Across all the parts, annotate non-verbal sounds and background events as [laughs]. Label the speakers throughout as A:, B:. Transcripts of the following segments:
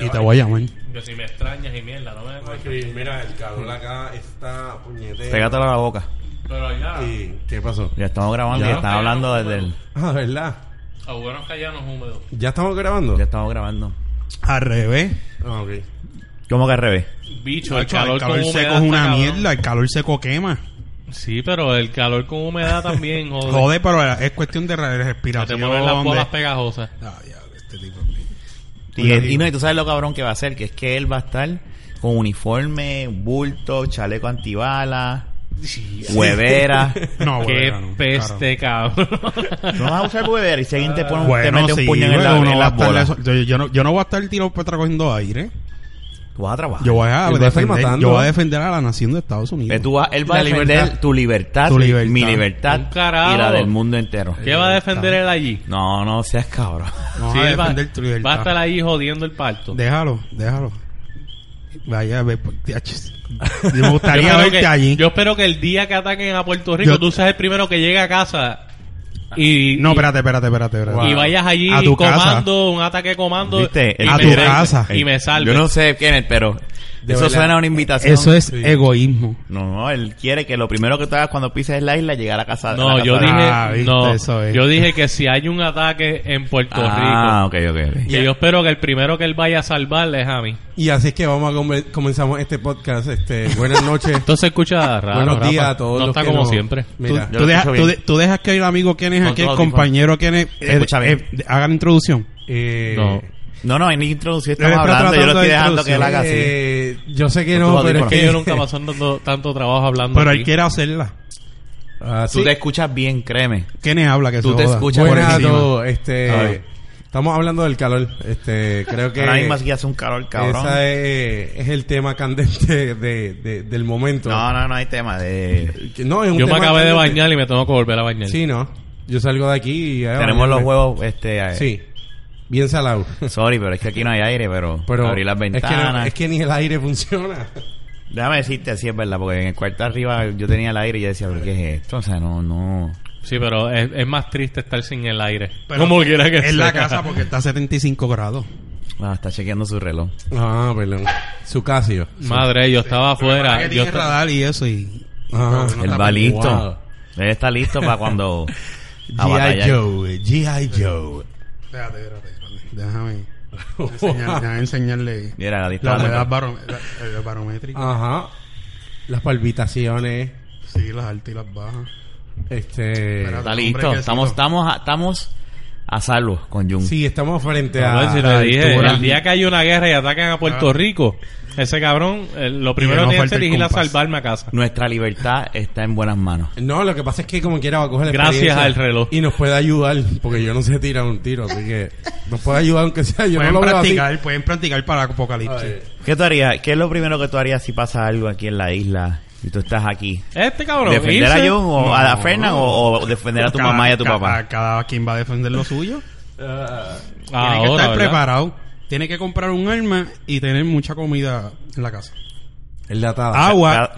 A: Y te voy a llamar.
B: Yo si me extrañas y mierda, no me.
C: Voy a escribir, Mira, el cabrón acá está puñetero.
D: Pégatela a la boca.
B: Pero allá,
C: ¿Y qué pasó?
D: Ya estamos grabando
C: Ya.
D: y están hablando desde el.
C: Ah, ¿verdad?
B: a buenos callanos húmedos.
C: ¿Ya estamos grabando?
D: Ya estamos grabando.
A: Al revés.
C: Ah, ok.
D: ¿Cómo que al revés?
B: Bicho,
A: Chacho,
B: el calor, con humedad
A: seco es una
B: está cabrón.
A: mierda. El calor seco quema.
B: Sí, pero el calor con
A: [laughs]
B: humedad también, joder.
A: Joder, pero es cuestión de re-
B: Que
A: respiración.
B: te mueven las
A: hombre.
B: bolas pegajosas.
A: Ah, ya, este tipo.
D: Y, y no, y tú sabes lo cabrón que va a hacer, que es que él va a estar con uniforme, bulto, chaleco antibalas, [laughs] huevera.
A: [laughs] No,
B: Qué
A: bueno, no,
B: peste,
D: Tú
B: cabrón.
A: [laughs]
D: no vas a usar huevera y si alguien te
A: claro.
D: pone un, te
A: Bueno,
D: mete
A: sí,
D: un puño en,
A: pero
D: la,
A: uno va
D: en
A: a
D: las
A: estar
D: bolas.
A: eso- yo, yo no, yo no voy a estar tirado para atrás cogiendo aire.
D: Tú vas a trabajar.
A: Yo voy a,
C: Él va a estar
A: defender,
C: matando.
A: yo voy a defender a la nación de Estados Unidos.
D: Pero tú vas- él va
A: La
D: a defender
A: libertad.
D: tu libertad,
A: Tu libertad.
D: mi
B: Un
D: libertad
B: carajo.
D: y la del mundo entero.
B: ¿Qué va a defender él allí?
D: No, no seas cabrón.
A: No
B: Sí,
A: vas a
B: él va,
A: defender tu libertad.
B: va a estar ahí jodiendo el parto.
A: Déjalo, déjalo. Vaya, ve, por-
B: [laughs]
A: Yo me
B: Yo
A: gustaría
B: espero
A: verte
B: que-
A: allí.
B: Yo espero que el día que ataquen a Puerto Rico,
A: Yo-
B: tú seas el primero que llegue a casa y,
A: No,
B: y-
A: espérate, espérate, espérate. espérate.
B: y vayas allí
A: a tu casa.
B: comando, un ataque comando.
D: ¿Viste?
B: y
A: A
B: me
A: tu
B: salve-
A: casa.
B: Y me salve.
D: Yo no sé quién es, pero
C: De
D: eso
C: verdad.
D: suena a una invitación.
A: Eso es egoísmo.
D: No, no, él quiere que lo primero que tú hagas cuando pises la isla es llegar a casa. a
B: No,
D: la
B: yo
D: casa
B: dije,
D: de-
A: Ah, viste,
B: no,
A: eso es.
B: yo dije que si hay un ataque en Puerto Rico,
D: Ah, ok, ok. ok.
B: que yo espero que el primero que él vaya a salvar es a mí.
C: Y así es que vamos a come- comenzamos este podcast. Este, buenas
D: [laughs]
C: noches.
B: Entonces escucha raro,
C: Buenos días
B: Rafa.
C: a todos
B: No
C: los
B: está
C: que
B: como
C: nos-
B: siempre.
A: Tú,
C: Mira,
A: tú
D: yo lo
A: dejas-
D: escucho
A: tú
D: bien.
A: de- tú dejas que el amigo quién es,
D: Con
A: aquel
D: todo
A: compañero quién es. eh,
D: escucha
A: eh,
D: bien.
A: hagan introducción.
C: eh,
B: No.
D: No, no, hay ni introducción,
A: Él
D: estamos
A: está
D: hablando. Yo lo
A: tratando
D: estoy
A: de
D: dejando que él haga así.
C: eh, yo sé que
D: Con
C: no,
D: tus
C: pero es
D: audífonos.
C: que
B: Que yo nunca paso tanto, tanto trabajo hablando.
A: Pero él
B: aquí.
A: quiere hacerla.
C: [laughs] Ah,
D: Tú
C: sí.
D: te escuchas bien, créeme.
A: ¿Quién es habla que
D: Tú
A: se
D: te
A: joda?
D: escuchas
A: Por
C: Buenas a
A: encima.
C: todos.
D: A
C: Este,
D: ver.
C: estamos hablando del calor. Este, creo que
D: Ahora mismo aquí hace un calor, cabrón.
C: ese es, es el tema candente de- de- del momento.
D: No, no, no hay tema de...
C: Que no, es un
B: Yo me
C: tema
B: acabé de
C: candente.
B: bañar y me tengo que volver a bañar.
C: Sí, no. Yo salgo de aquí y... ay,
D: Tenemos los
C: bañarme.
D: huevos, este... eh,
C: Sí.
D: [laughs]
C: Bien salado.
D: Sorry, pero es que aquí no hay aire, pero...
C: Pero
D: abrí las
C: es, que no-
D: ventanas.
C: es que ni el aire funciona.
D: Déjame decirte, así es verdad, porque en el cuarto arriba yo tenía el aire y yo decía, pero ¿qué es esto? O sea, no, no...
B: Sí, pero es, es más triste estar sin el aire.
A: Pero
B: Como quiera que sea.
A: En la casa porque está a 75 grados.
D: Ah, está chequeando su reloj.
C: Ah, perdón. Su Casio.
B: Madre, yo estaba afuera.
A: Que
B: Yo
A: tiene
B: esta-
A: radar y eso y...
C: Ah,
A: No
D: Él
A: está
D: va
A: mal.
D: listo.
C: Wow.
D: Él está listo para cuando...
A: Ah,
D: a
C: G.I.
D: batallar.
C: Joe. G.I. Joe.
A: Espérate, espérate, espérate. Déjame, enseñar- déjame enseñarle
D: Mira, la
A: la
D: distancia.
A: humedad barom- la- el barométrica.
C: Ajá. Las palpitaciones.
A: Sí, las altas y las bajas.
C: Este...
A: Espérate.
D: Está
A: Hombre,
D: listo.
A: que
D: Estamos,
A: sí, no.
D: estamos, a- estamos a salvo con Jun.
C: Sí, estamos frente a...
B: Cabrón, Ah, si
C: a
B: te dije,
C: altura.
B: el día que hay una guerra y atacan a Puerto
A: Ah.
B: Rico, ese cabrón, eh, lo primero
A: no
B: que tiene que
A: falta
B: hacer
A: el
B: es ir a
A: compás.
B: salvarme a casa.
D: Nuestra libertad está en buenas manos.
C: No, lo que pasa es que como quiera va a coger la
B: Gracias
C: experiencia
B: al reloj.
C: Y nos puede ayudar, porque yo no sé tirar un tiro, así que nos puede ayudar aunque sea. Yo
A: pueden
C: no lo veo así.
A: practicar, pueden practicar para
C: Ay.
A: apocalipsis.
D: ¿Qué tú harías? ¿Qué es lo primero que tú harías si pasa algo aquí en la isla y tú estás aquí?
B: Este cabrón,
D: ¿Defender a
B: irse-
D: Jun o a la
A: No.
D: Fernan o, o defender a tu
A: Cada-
D: mamá y a tu
A: cada-
D: papá?
A: Cada quien va a defender lo
D: [laughs]
A: suyo.
C: Ah,
B: Ahora,
A: Tiene que estar
B: ¿verdad?
A: preparado. Tiene que comprar un arma y tener mucha comida en la casa.
C: el de atada.
A: Agua.
D: cada-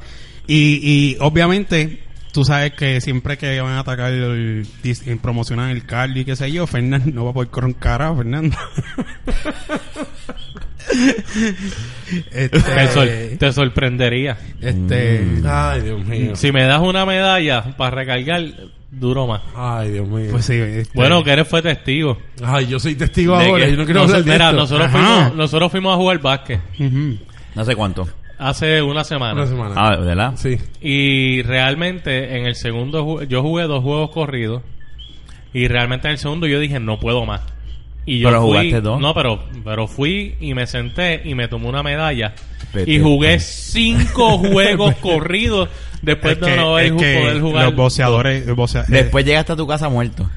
A: Y, y obviamente, tú sabes que siempre que van a atacar, el, dis- promocionan el cardio y qué sé yo, Fernando no va a poder correr un carajo,
D: [laughs]
A: Fernando.
B: Te,
A: este,
B: sor- te sorprendería.
A: este,
B: Ah.
C: Ay, Dios mío.
B: Si me das una medalla para recargar, duro más.
C: Ay, Dios mío.
A: pues sí, este,
B: Bueno, que eres fue testigo.
C: Ay, yo soy testigo
D: ¿De
C: ahora.
D: qué?
C: Yo no quiero
B: Nos-
C: hablar de
B: mira,
C: esto.
B: nosotros
A: Ajá.
B: fuimos, nosotros fuimos a jugar básquet
A: ujú.
D: No sé cuánto.
B: hace una semana.
C: Una semana.
D: Ah, ¿verdad?
C: Sí.
B: Y realmente en el segundo ju- yo jugué dos juegos corridos y realmente en el segundo yo dije no puedo más. Y yo
D: Pero
B: fui-
D: jugaste dos.
B: No, pero pero fui y me senté y me tomé una medalla
D: Vete,
B: y jugué
D: [laughs]
B: cinco juegos corridos después
A: Es
B: de
A: que-
B: no haber
A: es
B: ju-
A: que
B: poder jugar.
A: los boxeadores, los boxea-
D: Después llegaste a tu casa muerto.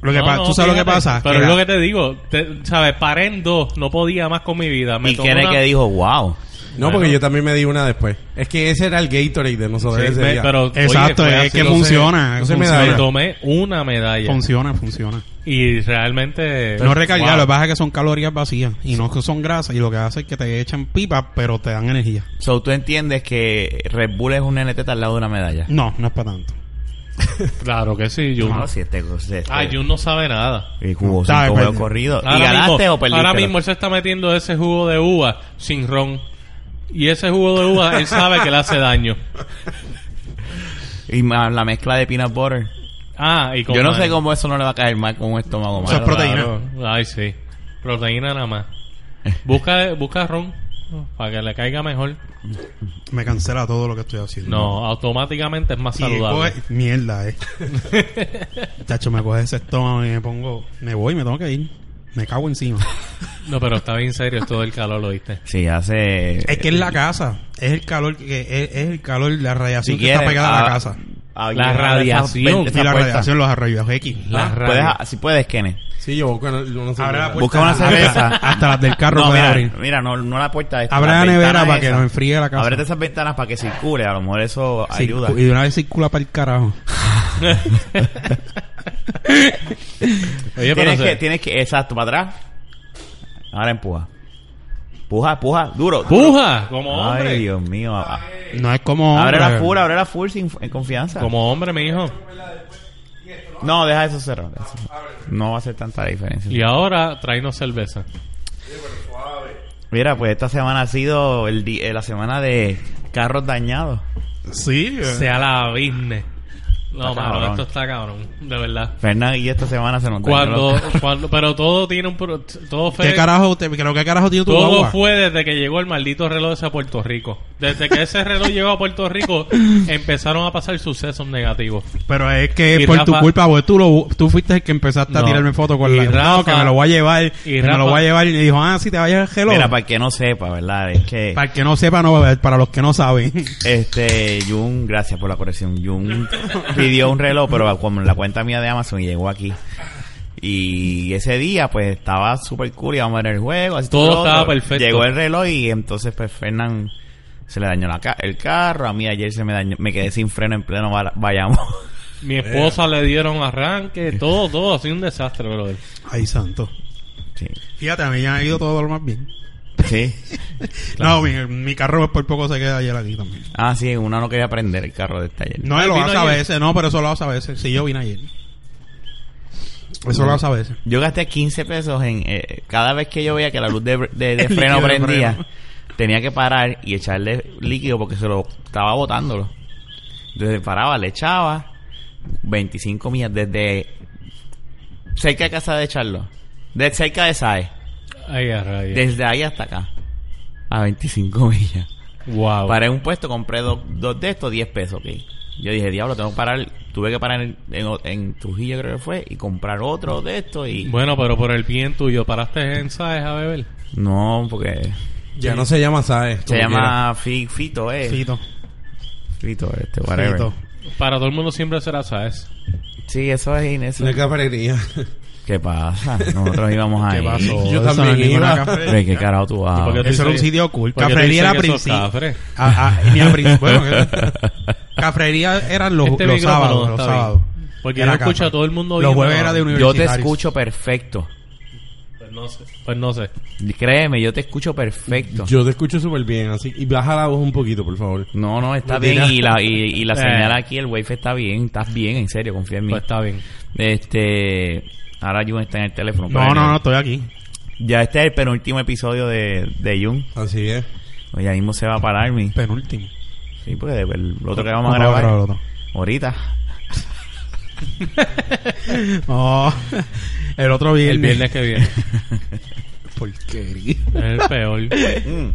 A: lo que
B: No,
A: pasa,
B: no,
A: tú sabes lo que
B: fíjate,
A: pasa.
B: Pero
A: Que
B: es lo
A: la-
B: que te digo, te- sabes, paré en dos, no podía más con mi vida. Me
D: y
B: tomé
D: quién es
B: una-
D: que dijo, wow.
C: No, porque yo también me di una después. Es que ese era el Gatorade de nosotros
B: Sí,
C: ese
B: ve,
C: día.
B: pero oye,
A: Exacto,
B: fue
A: es
B: así,
A: que
C: no sé,
A: funciona.
C: no se me da
A: funciona.
B: me tomé una medalla
A: Funciona, funciona.
B: y realmente pues,
A: No recargar,
B: wow.
A: lo que pasa es que son calorías vacías y no que son grasas y lo que hace es que te echan pipa, pero te dan energía.
D: So, ¿tú entiendes que Red Bull es un NT al lado de una medalla?
A: No, no es para tanto.
B: Claro que sí, Jun.
D: No, si este, este-
B: Ah, Jun no sabe nada.
D: Y jugó
A: Sabe,
D: cinco juegos
A: perdí.
D: corridos. ¿Y
B: Ahora
D: ganaste
B: mismo,
D: o perdiste?
B: ahora mismo él se está metiendo ese jugo de uva sin ron. Y ese jugo de uva, él sabe que le hace daño.
D: Y más la mezcla de peanut butter.
B: Ah, y con
D: Yo no sé
B: maíz.
D: cómo eso no le va a caer mal con un estómago
A: Eso es
D: malo.
A: proteína.
B: Ay, sí. Proteína nada más. Busca, busca ron para que le caiga mejor.
A: Me cancela todo lo que estoy haciendo.
B: No, automáticamente es más
A: Y
B: saludable.
A: coge-
B: [laughs]
A: mierda, eh. Chacho, me coge ese estómago y me pongo. Me voy, me tengo que ir. Me cago encima.
B: No, pero está bien serio esto del calor, ¿lo viste?
D: Sí, hace...
A: Es que es la casa. Es el calor, que es, es el calor, la radiación
D: Si
A: que está
D: quieres,
A: pegada a la
D: ah,
A: casa.
D: ah,
B: La
D: esa-
B: radiación.
A: Y
D: esa
A: la
D: puerta.
A: radiación, los arrayos X.
B: La
A: Ah,
B: ra-
D: Puedes, si puedes, Kenneth.
C: Sí, yo busco una, una
A: Abre la
C: cerveza.
B: pues,
A: puerta.
D: Busca una
A: Hasta-
D: cerveza.
A: Hasta las del carro
D: no,
A: puede
D: mira,
A: abrir.
D: mira, no, no la puerta esta.
A: Abre la
D: las
A: nevera
D: ventanas
A: para que
D: esas.
A: nos enfríe la casa.
D: Ábrete esas ventanas para que circule. A lo mejor eso ayuda.
A: Circu- Y de una vez circula para el carajo.
B: Oye, pero
D: Tienes
B: se-
D: que, tienes que... Exacto, para atrás. Ahora empuja. Empuja, empuja. Duro. duro.
B: ¡Puja! Como hombre.
D: Ay, Dios mío. Ah,
A: No es como.
D: Abre
A: hombre.
D: la full, abre la full sin, en confianza.
B: Como hombre, mi hijo.
D: No, deja eso cerrado. deja eso. No va a hacer tanta diferencia.
B: Y ahora tráenos cerveza.
D: Mira, pues esta semana ha sido el di- eh, la semana de carros dañados.
A: Sí. eh.
B: Sea la business. No,
D: Está
B: mano,
D: cabrón.
B: esto está cabrón. De verdad.
D: Fernan y esta semana se nos dañó
B: Cuando,
D: los carros.
B: cuando, pero todo tiene un, pro- todo fue,
A: ¿Qué carajo, te, creo que carajo tiene tu
B: todo
A: guagua?
B: fue desde que llegó el maldito reloj ese a Puerto Rico. Desde que ese reloj llegó a Puerto
A: [laughs]
B: Rico, empezaron a pasar sucesos negativos.
A: Pero es que
B: Y
A: por tu
B: Rafa-
A: culpa, porque tú, lo, tú fuiste el que empezaste a
B: No.
A: tirarme fotos con
B: Y
A: la
B: Rafa-
A: no, que me lo voy a llevar. que me
B: Rafa-
A: lo voy a llevar. Y dijo, ah, si te vayas al gelo.
D: Mira, para el que no sepa, ¿verdad? Es que
A: para el que no sepa, no, para los que no
D: [laughs]
A: saben.
D: este Jun, gracias por la corrección. Jun pidió un reloj, pero como en la cuenta mía de Amazon y llegó aquí. Y ese día, pues estaba súper cool, íbamos a ver el juego. así
B: Todo
D: lo otro.
B: estaba perfecto.
D: Llegó el reloj y entonces, pues Fernan se le dañó la ca- el carro. A mí ayer se me dañó, me quedé sin freno en pleno Bar- Bayamón.
B: Mi esposa le dieron arranque, todo, todo, así un desastre, brother.
A: Ay, santo.
D: [laughs] Sí.
A: Fíjate, a mí ya ha ido todo lo más bien.
D: Sí.
A: No, mi, mi carro pues, por poco se queda ayer aquí también.
D: Ah, sí, uno no quería prender el carro este del taller.
A: No,
B: Ah,
A: lo
B: vino
A: hace a
B: ayer.
A: veces, no, pero eso lo hace a veces. Sí, yo vine ayer. Eso lo hace a veces.
D: Yo gasté 15 pesos en... eh, cada vez que yo veía que la luz de, de-
A: [laughs]
D: de
A: El líquido
D: freno
A: de
D: prendía,
A: freno.
D: tenía que parar y echarle líquido porque se lo estaba botándolo. Entonces paraba, le echaba 25 millas desde cerca de casa de Charlo. Desde cerca de SAE.
B: Ay, a rayos.
D: Desde ahí hasta acá. A 25 millas.
B: Wow.
D: Paré en un puesto, compré dos, dos de estos, 10 pesos, ok. Yo dije, diablo, tengo que parar. Tuve que parar en, en- en Trujillo, creo que fue, y comprar otro de estos. Y...
B: Bueno, pero por el bien tuyo, ¿paraste en Saez a beber?
D: Pues No, porque
C: Ya no se llama SAE.
D: se
C: como quiera.
D: llama Fi- Fito, ¿eh?
A: Fito,
D: Fito, este, whatever.
A: Fito.
B: Para todo el mundo siempre será Saez.
D: Sí, eso es Inés.
C: Una cafetería.
D: ¿Qué pasa? Nosotros íbamos ahí.
A: ¿Qué pasó?
C: Yo
A: Eso no es
C: también
A: ninguna
D: [laughs]
C: iba.
A: café-
D: ¿De qué carajo tú vas?
B: Porque-
A: Eso era un
B: dices-
A: sitio cool.
B: ¿Por qué tú
A: Cafrería era
B: dices que sos
A: principio.
B: cafre?
A: Ah, ah, ni a [laughs] principio. Bueno, eh, cafrería eran los,
B: Este
A: los
B: micrófono
A: sábados. Los
B: está bien.
A: sábados.
B: Porque
A: Era
B: yo escucho
A: cafre.
B: a todo el mundo
A: Los
B: oyendo-
A: jueves era de
D: Yo te
A: universitarios.
D: escucho perfecto.
B: Pues no sé. Pues no sé.
D: Créeme, yo te escucho perfecto.
C: Yo te escucho súper bien, así. Y baja la voz un poquito, por favor.
D: No, no, está
C: No
D: bien.
C: tiene-
D: Y la, y, y la
B: Eh.
D: señal aquí, el wifi está bien. Estás bien, en serio, confía en mí.
B: Pues está bien.
D: Este. Ahora Jun está en el teléfono.
A: No,
D: pero-
A: no, no, estoy aquí.
D: Ya este es el penúltimo episodio de, de Jun.
C: Así es.
D: Oye, ahí mismo se va a parar mi.
A: Penúltimo.
D: Sí, porque el, el otro que vamos a
A: Vamos
D: grabar.
A: el otro.
D: Ahorita.
A: No, [laughs] el otro viernes.
B: El viernes que viene.
A: Porquería.
B: Es el peor.
D: Mm.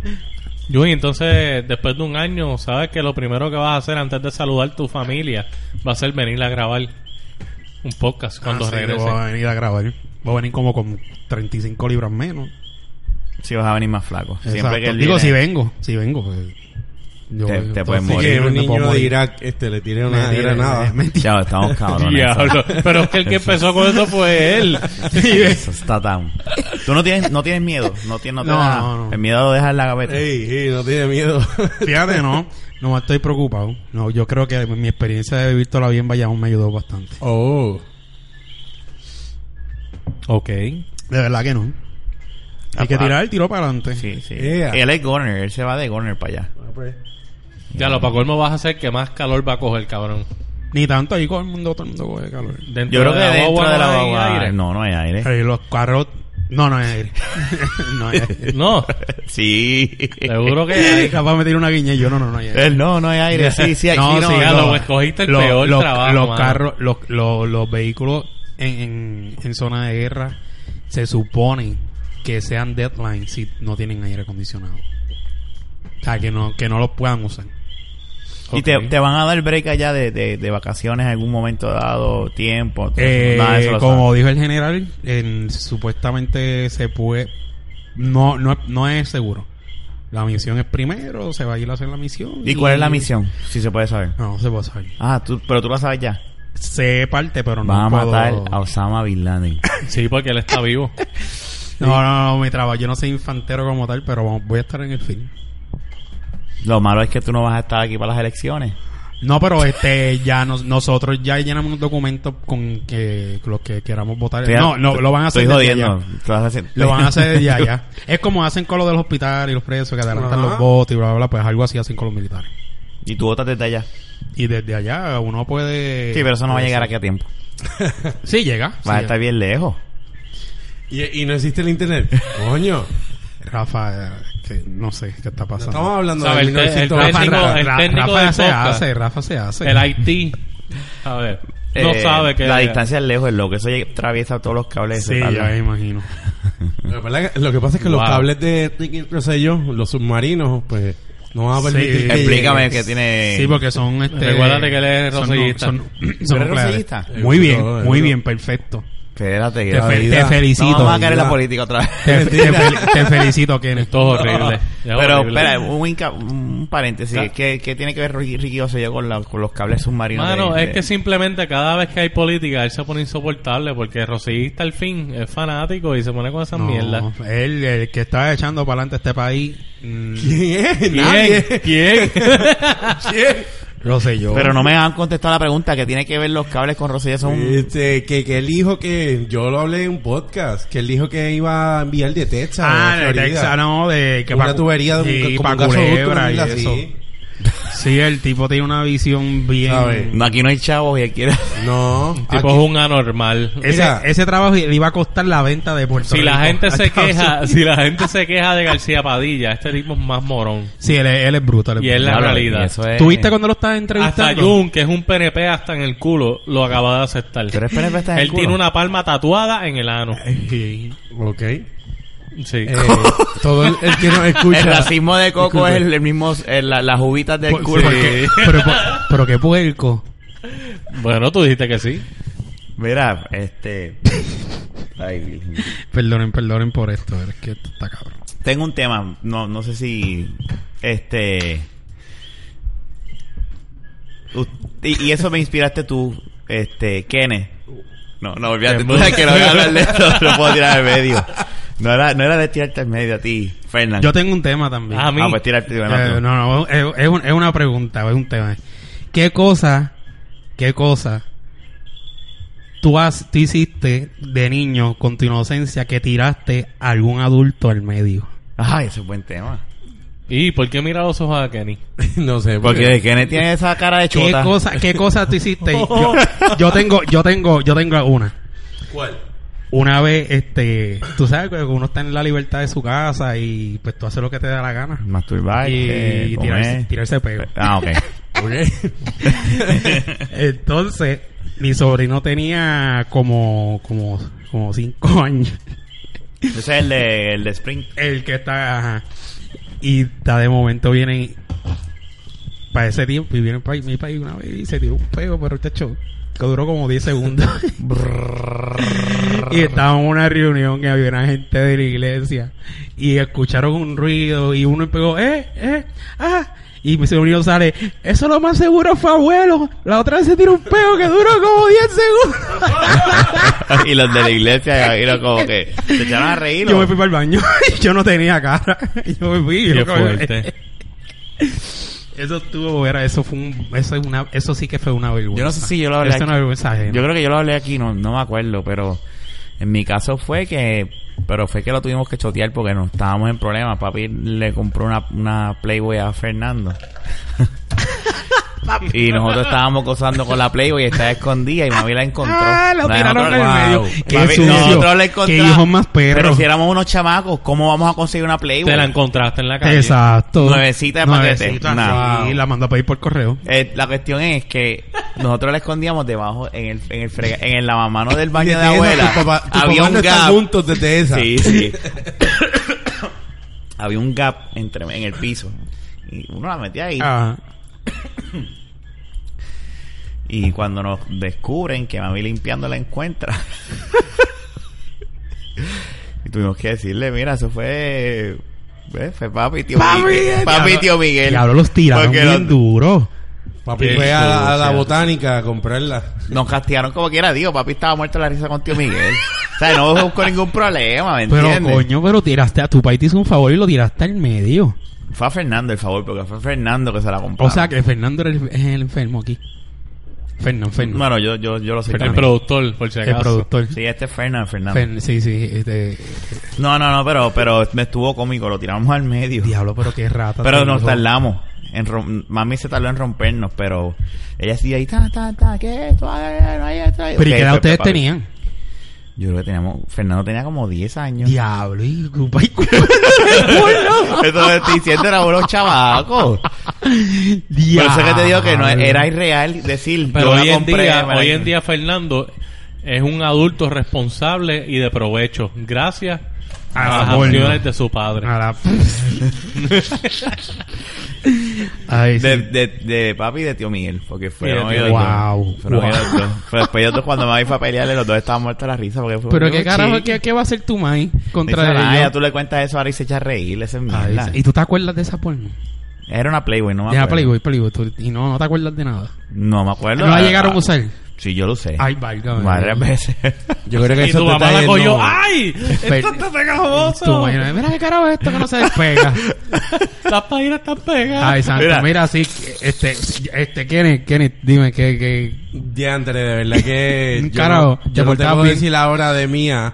B: Yui, entonces, después de un año, sabes que lo primero que vas a hacer antes de saludar tu familia va a ser venir a grabar un podcast cuando
A: Ah, sí,
B: regrese.
A: Voy a venir a grabar. Voy a venir como con 35 libras menos.
D: Si vas a venir más flaco. Siempre
A: Exacto.
D: que él
A: Digo,
D: viene-
A: si vengo, si vengo. pues, yo-
D: Te- te
A: entonces,
D: puedes
A: sí,
C: Sí,
D: morir.
C: que
A: me puedo
C: un niño de
A: morir. [laughs]
C: Irak este, le tiré una
A: Mentira,
C: granada.
A: mentira.
D: Ya, estamos
B: [laughs]
D: cabrones.
B: Diablo. Pero es que el que empezó con eso fue él. Sí,
D: Eso está tan. Tú no tienes, no tienes miedo. No tienes, no te
A: No,
D: da-
A: no, no.
D: El miedo lo dejas en la gaveta.
C: Ey, ey, no
B: [laughs]
C: tiene miedo.
A: Fíjate, no. No estoy preocupado. No, yo creo que mi experiencia de vivir toda la vida en Bayamón me ayudó bastante.
C: oh.
B: Ok.
A: De verdad que no. Hay que tirar el tiro para adelante.
D: Ah, Sí, sí.
C: Yeah.
D: Él es Goner. Él se va de Goner para allá.
C: Bueno, pues,
B: Ya, lo para colmo vas a hacer que más calor va a coger, cabrón.
A: Ni tanto, ahí todo el mundo, todo el mundo coge calor.
B: Dentro
D: Yo creo que dentro
B: guagua
D: de la
B: no hay
D: guagua.
B: aire.
D: No, no hay aire.
A: Ahí los carros... No, no hay aire. [laughs] no hay
D: [laughs]
A: aire.
B: No,
D: Sí.
B: seguro que hay.
A: Capaz me tira una guiña y yo, no, no, no hay aire.
D: Él, no, no hay aire. Sí, sí, aquí
A: No,
D: no.
A: sí,
D: no.
B: ya lo escogiste el
A: Los-
B: peor
A: los,
B: trabajo.
A: los
B: mano.
A: carros, los, los, los vehículos en, en, en zona de guerra se supone que sean deadline si no tienen aire acondicionado. O sea, que no, que no los puedan usar.
D: Y te, te van a dar break allá de, de, de vacaciones en algún momento dado, tiempo.
A: Eh,
D: Nada de eso lo
A: como dijo el general, en- supuestamente se puede. No, no, no es seguro. La misión es primero, se va a ir a hacer la misión.
D: saben. ¿Y cuál es la misión? Si se puede saber.
A: No, se puede saber.
D: Ah, tú, pero tú la sabes ya.
A: Se parte, pero no.
D: Van a
A: puedo-
D: matar a Osama Bin Laden.
B: Sí, porque él está
D: [laughs]
B: vivo.
A: No, no, no, mi trabajo. Yo no soy infantero como tal, pero vamos, voy a estar en el film.
D: Lo malo es que tú no vas a estar aquí para las elecciones.
A: No, pero este, ya nos- nosotros ya llenamos un documento con que los que queramos votar.
D: Estoy-
A: no, no, lo van a hacer.
D: Estoy
A: desde
D: jodiendo.
A: allá.
D: Tú vas a hacer-
A: Lo van a hacer desde allá. [laughs] Es como hacen con lo del hospital y los presos que adelantan
C: Ajá.
A: los votos y bla, bla, bla. Pues algo así hacen con los militares.
D: [laughs] Y tú votas desde allá.
A: Y desde allá uno puede.
D: Sí, pero eso no va a llegar aquí a tiempo.
A: Sí, llega. sí
D: Vas a
A: llega.
D: estar bien lejos.
C: Y, y no existe el internet. Coño.
A: Rafa, eh, que no sé qué está
C: No
A: pasando.
C: estamos hablando
B: Sabe,
C: de
B: el te- el
C: 1900.
A: Rafa,
B: técnico-
A: Ra-
B: el
A: Ra-
B: técnico
A: Rafa
B: del
A: se
B: podcast.
A: hace, Rafa se hace.
B: El IT. A ver. No
D: Eh,
B: sabe que.
D: La distancia es lejos, es lo que eso llega- atraviesa todos los cables.
A: Sí,
D: eso,
A: ya me
D: tal.
A: imagino.
C: Lo que pasa es- Lo que pasa es que
B: Wow.
C: los cables de Ricky Rosselló, los submarinos, pues no van a permitir
A: Sí. Eh,
C: que
D: Explícame
C: lleguen.
D: que tiene.
A: Sí, porque son este.
B: Recuérdate que él es
A: son-
B: rosellista.
A: Son, son
D: eres
A: nucleares.
D: rosellista?
A: Muy
C: Yo,
A: bien,
C: yo,
A: muy
C: yo.
A: bien, perfecto.
D: Espérate, que
A: Te, fe-
C: vida.
A: te felicito.
D: no, vamos a caer en la
C: vida.
D: política otra vez.
A: te, te fel- te felicito, Kenneth. Ah,
B: Esto es horrible. [laughs] Es
D: [laughs] Pero,
B: horrible.
D: espera, un, inca- un paréntesis.
B: Claro.
D: ¿Qué, qué tiene que ver Ricky, Ricky Rosselló con, la- con los cables submarinos?
B: Mano,
D: de-
B: es
D: de-
B: que simplemente cada vez que hay política él se pone insoportable porque Rosillista al fin es fanático y se pone con esas
A: No,
D: Ah,
B: mierdas.
A: Él, el que está echando para adelante este país.
C: ¿Quién es?
B: ¿Quién?
C: Nadie.
B: ¿Quién?
C: ¿Quién?
A: [laughs] Lo sé yo.
D: Pero no me han contestado la pregunta. ¿Qué tiene que ver los cables con Rosselló? Son un...
C: Este, que, que él dijo que. Yo lo hablé en un podcast. Que él dijo que iba a enviar de Texas.
A: Ah,
C: de
A: de
C: Florida.
A: Texas, no, de que
C: Una
A: pa-
C: tubería de un-
A: sí,
C: como
A: pa'
C: un gasoducto, una
A: culebra y
C: isla
A: eso.
C: así.
A: Sí, el tipo tiene una visión
C: ¿Sabe?
A: bien.
D: No, aquí no hay chavos y aquí...
C: No. [laughs]
B: Tipo
C: aquí-
B: es un anormal.
A: Ese,
C: Mira.
A: ese trabajo le iba a costar la venta de Puerto
B: Si
A: Rico.
B: la gente
A: a [laughs]
D: [laughs] Ah,
B: se
A: Estados
B: queja,
A: Unidos.
B: si la gente se queja de García Padilla, este tipo es más morón.
A: Sí, él, es- él es brutal.
B: Y
D: [laughs]
B: es la
D: Claro,
B: realidad.
D: y eso es-
A: ¿Tuviste cuando lo estabas
B: Hasta
A: entrevistando?
B: Jun, que es un PNP hasta en el culo, lo acaba de aceptar.
D: Pero es PNP hasta en el
B: Él tiene
D: culo.
B: una palma tatuada en el ano.
A: Sí.
C: Ok. Eh,
B: Sí.
A: Eh,
D: eh.
C: todo el, el que nos escucha.
D: El racismo de Coco
C: Disculpe.
D: es el, el mismo... eh, la- las uvitas del
A: Por-
D: culo.
A: Pues, porque- pero, por- pero qué puerco.
B: [laughs] Bueno, tú dijiste que sí.
D: Mira, este... [laughs] Ay, Virgen.
A: Perdonen, perdonen por esto. Es que esto está cabrón.
D: Tengo un tema, no, no sé si. Este. u- Y, y eso me inspiraste tú, este, Kenneth. No, no, olvídate, tú sabes que no voy
A: [laughs]
D: a hablar de eso, no puedo tirar al medio. No era, no era de tirarte al medio a ti, Fernando.
A: Yo tengo un tema también.
B: Ah,
D: Ah, pues tirarte bueno,
A: Eh,
D: tú.
A: no, no, es, es un- es una pregunta, es un tema. ¿Qué cosa, qué cosa tú, has, tú hiciste de niño con tu inocencia que tiraste a algún adulto al medio?
D: Ay, ese es buen tema.
B: ¿Y por qué mira los ojos a Kenny?
C: no sé.
D: Porque Kenneth tiene esa cara de
A: ¿Qué
D: chota.
A: cosa, qué cosa tú hiciste? Yo, yo tengo, yo tengo, yo tengo una.
C: ¿Cuál?
A: Una vez, este, tú sabes que uno está en la libertad de su casa y pues tú haces lo que te da la gana.
D: Masturbar, eh,
A: y tirarse, tirarse pego. [laughs]
D: Ah, ok.
A: Entonces, mi sobrino tenía como, como, como cinco [laughs] años.
D: [laughs] Ese es el de, el de Spring.
A: El que está, ajá. Y está de momento vienen para ese tiempo y vienen para mi país una vez y se tiró un pego, pero el techo que duró como 10 segundos. [laughs] y estábamos en una reunión que había una gente de la iglesia y escucharon un ruido y uno pegó, eh, eh, ah. Y mi sobrino sale, eso lo más seguro fue abuelo. La otra vez se tiró un pego que duró como 10 segundos. [laughs]
D: [laughs] [laughs] y los de la iglesia, y los como que se echaron a reír.
A: Yo
D: ¿o?
A: me fui para el baño. [laughs] Yo no tenía cara. [laughs] Yo me fui.
B: Qué
A: Yo como-
C: eh,
D: [laughs]
B: fuerte.
A: Eso estuvo, era, eso fue un, eso es una, eso sí que fue una vergüenza.
D: Yo no sé si yo lo hablé
A: Eso es
D: aquí.
A: una vergüenza ajena.
D: Yo creo que yo lo hablé aquí, no, no me acuerdo, pero en mi caso fue que... Pero fue que lo tuvimos que chotear porque nos estábamos en
A: [laughs]
D: problemas. Papi le compró una, una Playboy a Fernando. Y nosotros estábamos gozando con la Playboy, estaba escondida y mami la encontró.
A: Ah, lo
D: La
A: tiraron
D: nosotros-
A: en el
C: wow.
A: medio. Qué
D: Mami,
A: sucio.
D: nosotros la
A: Qué
D: encontramos.
A: hijos más
D: Pero
A: perros.
D: si éramos unos chamacos, ¿cómo vamos a conseguir una Playboy?
B: Te la encontraste en la calle.
A: Exacto.
D: Nuevecita de paquete.
A: Nuevecita,
D: Nah.
A: sí, la mandó a pedir por correo.
D: Eh, la cuestión es que nosotros la escondíamos debajo en el en el frega- en el lavamano del baño de
C: Desde
D: abuela.
C: esa, tu papá, tu
D: había
C: papá
D: un
C: no está
D: gap.
C: juntos desde esa.
D: Sí, sí. [coughs] había un gap entre en el piso y uno la metía ahí
A: Ah,
D: y cuando nos descubren que mami limpiando la encuentra. [laughs] y tuvimos que decirle, mira, eso fue eh, fue papi tío
A: Papi,
D: Miguel. Papi
A: diablo.
D: tío Miguel.
A: y ahora los tiraron
D: Porque
A: bien
D: nos-
A: duro.
C: Papi
D: Qué
C: fue a la, a la
D: sucio.
C: botánica a comprarla.
D: Nos castigaron como quiera, tío. Papi estaba muerto de la risa con tío Miguel. O sea, no buscó ningún problema, ¿me
A: Pero
D: entiendes?
A: coño, pero tiraste a tu país te hizo un favor y lo tiraste al medio.
D: Fue a Fernando el favor, porque fue Fernando que se la compró.
A: O sea que Fernando era el, es el enfermo aquí. Fernán, Fernán.
D: Bueno, yo, yo, yo lo sé
B: El
D: también.
B: productor, por si
A: el
B: acaso.
A: productor.
D: Sí, este es Fernando, Fernando.
A: Fern- sí, sí. Este,
D: no, no, no, pero, pero me estuvo cómico. Lo tiramos al medio.
A: diablo, pero qué rata.
D: Pero
A: te
D: nos
A: dijo.
D: tardamos. En rom- Mami se tardó en rompernos, pero ella sí ahí, ta, ta, ta, ¿qué? Esto, ah, no hay esto, ahí.
A: Pero ¿y
D: Ok,
A: qué edad
D: pues,
A: ustedes
D: papi.
A: tenían?
D: Yo creo que teníamos, Fernando tenía como 10 años.
A: Diablo, y culpa y culpa.
D: [laughs] Eso que estoy diciendo era unos chavacos. Por eso que te digo que no era irreal decir
B: Pero
D: yo la
B: hoy en,
D: compré,
B: día,
D: me la-
B: hoy en día Fernando es un adulto responsable y de provecho. Gracias
A: A
B: a,
C: Ah,
A: la
B: las
A: porno.
B: acciones de su padre.
A: A
D: [laughs]
A: la- Ay, sí.
D: de, de, de papi y de tío Miguel porque fueron
B: Y de tío
D: ellos
A: Miguel. Wow,
D: dos fueron
A: wow.
D: ellos dos pero después ellos dos cuando mami fue a pelearle los dos estaban muertos de la risa porque fue,
A: Pero
D: "Yo,
A: qué carajo,
D: chico".
A: ¿qué, qué va a hacer tu maíz
D: Dice,
A: contra
D: "Ah, ya
A: ellos?
D: tú le cuentas eso ahora y se echa a reír ese es
A: Ay,
D: mierda
A: sí. ¿Y tú te acuerdas de esa porno?
D: era una Playboy no me
A: Deja
D: acuerdo
A: Playboy, Playboy. tú- y no, no te acuerdas de nada.
D: no me acuerdo
A: No la
D: Ah,
A: llegaron a
D: ah,
A: usar.
D: sí yo lo usé
A: Ay, válgame.
D: varias veces [laughs]
C: Yo creo que
B: Y
C: esos
B: tu mamá la
C: detalles
B: cogió.
C: no-
D: ¡ah,
B: ¡Ay!
A: Fer-
B: ¡Esto está
A: Tú
B: pegajoso!
A: imaginas, mira qué carajo es esto que no se
D: [laughs]
A: despega.
B: Las páginas están pegadas.
A: Ay, santo, mira,
D: Mira.
A: sí, este, este, Kenneth, Kenneth, dime que, que,
C: Diantre, de verdad
A: [laughs]
C: que. yo
A: Carajo,
C: no- yo,
A: te
C: no te
A: portabas
C: puedo
A: bien.
C: decir ahora de mía.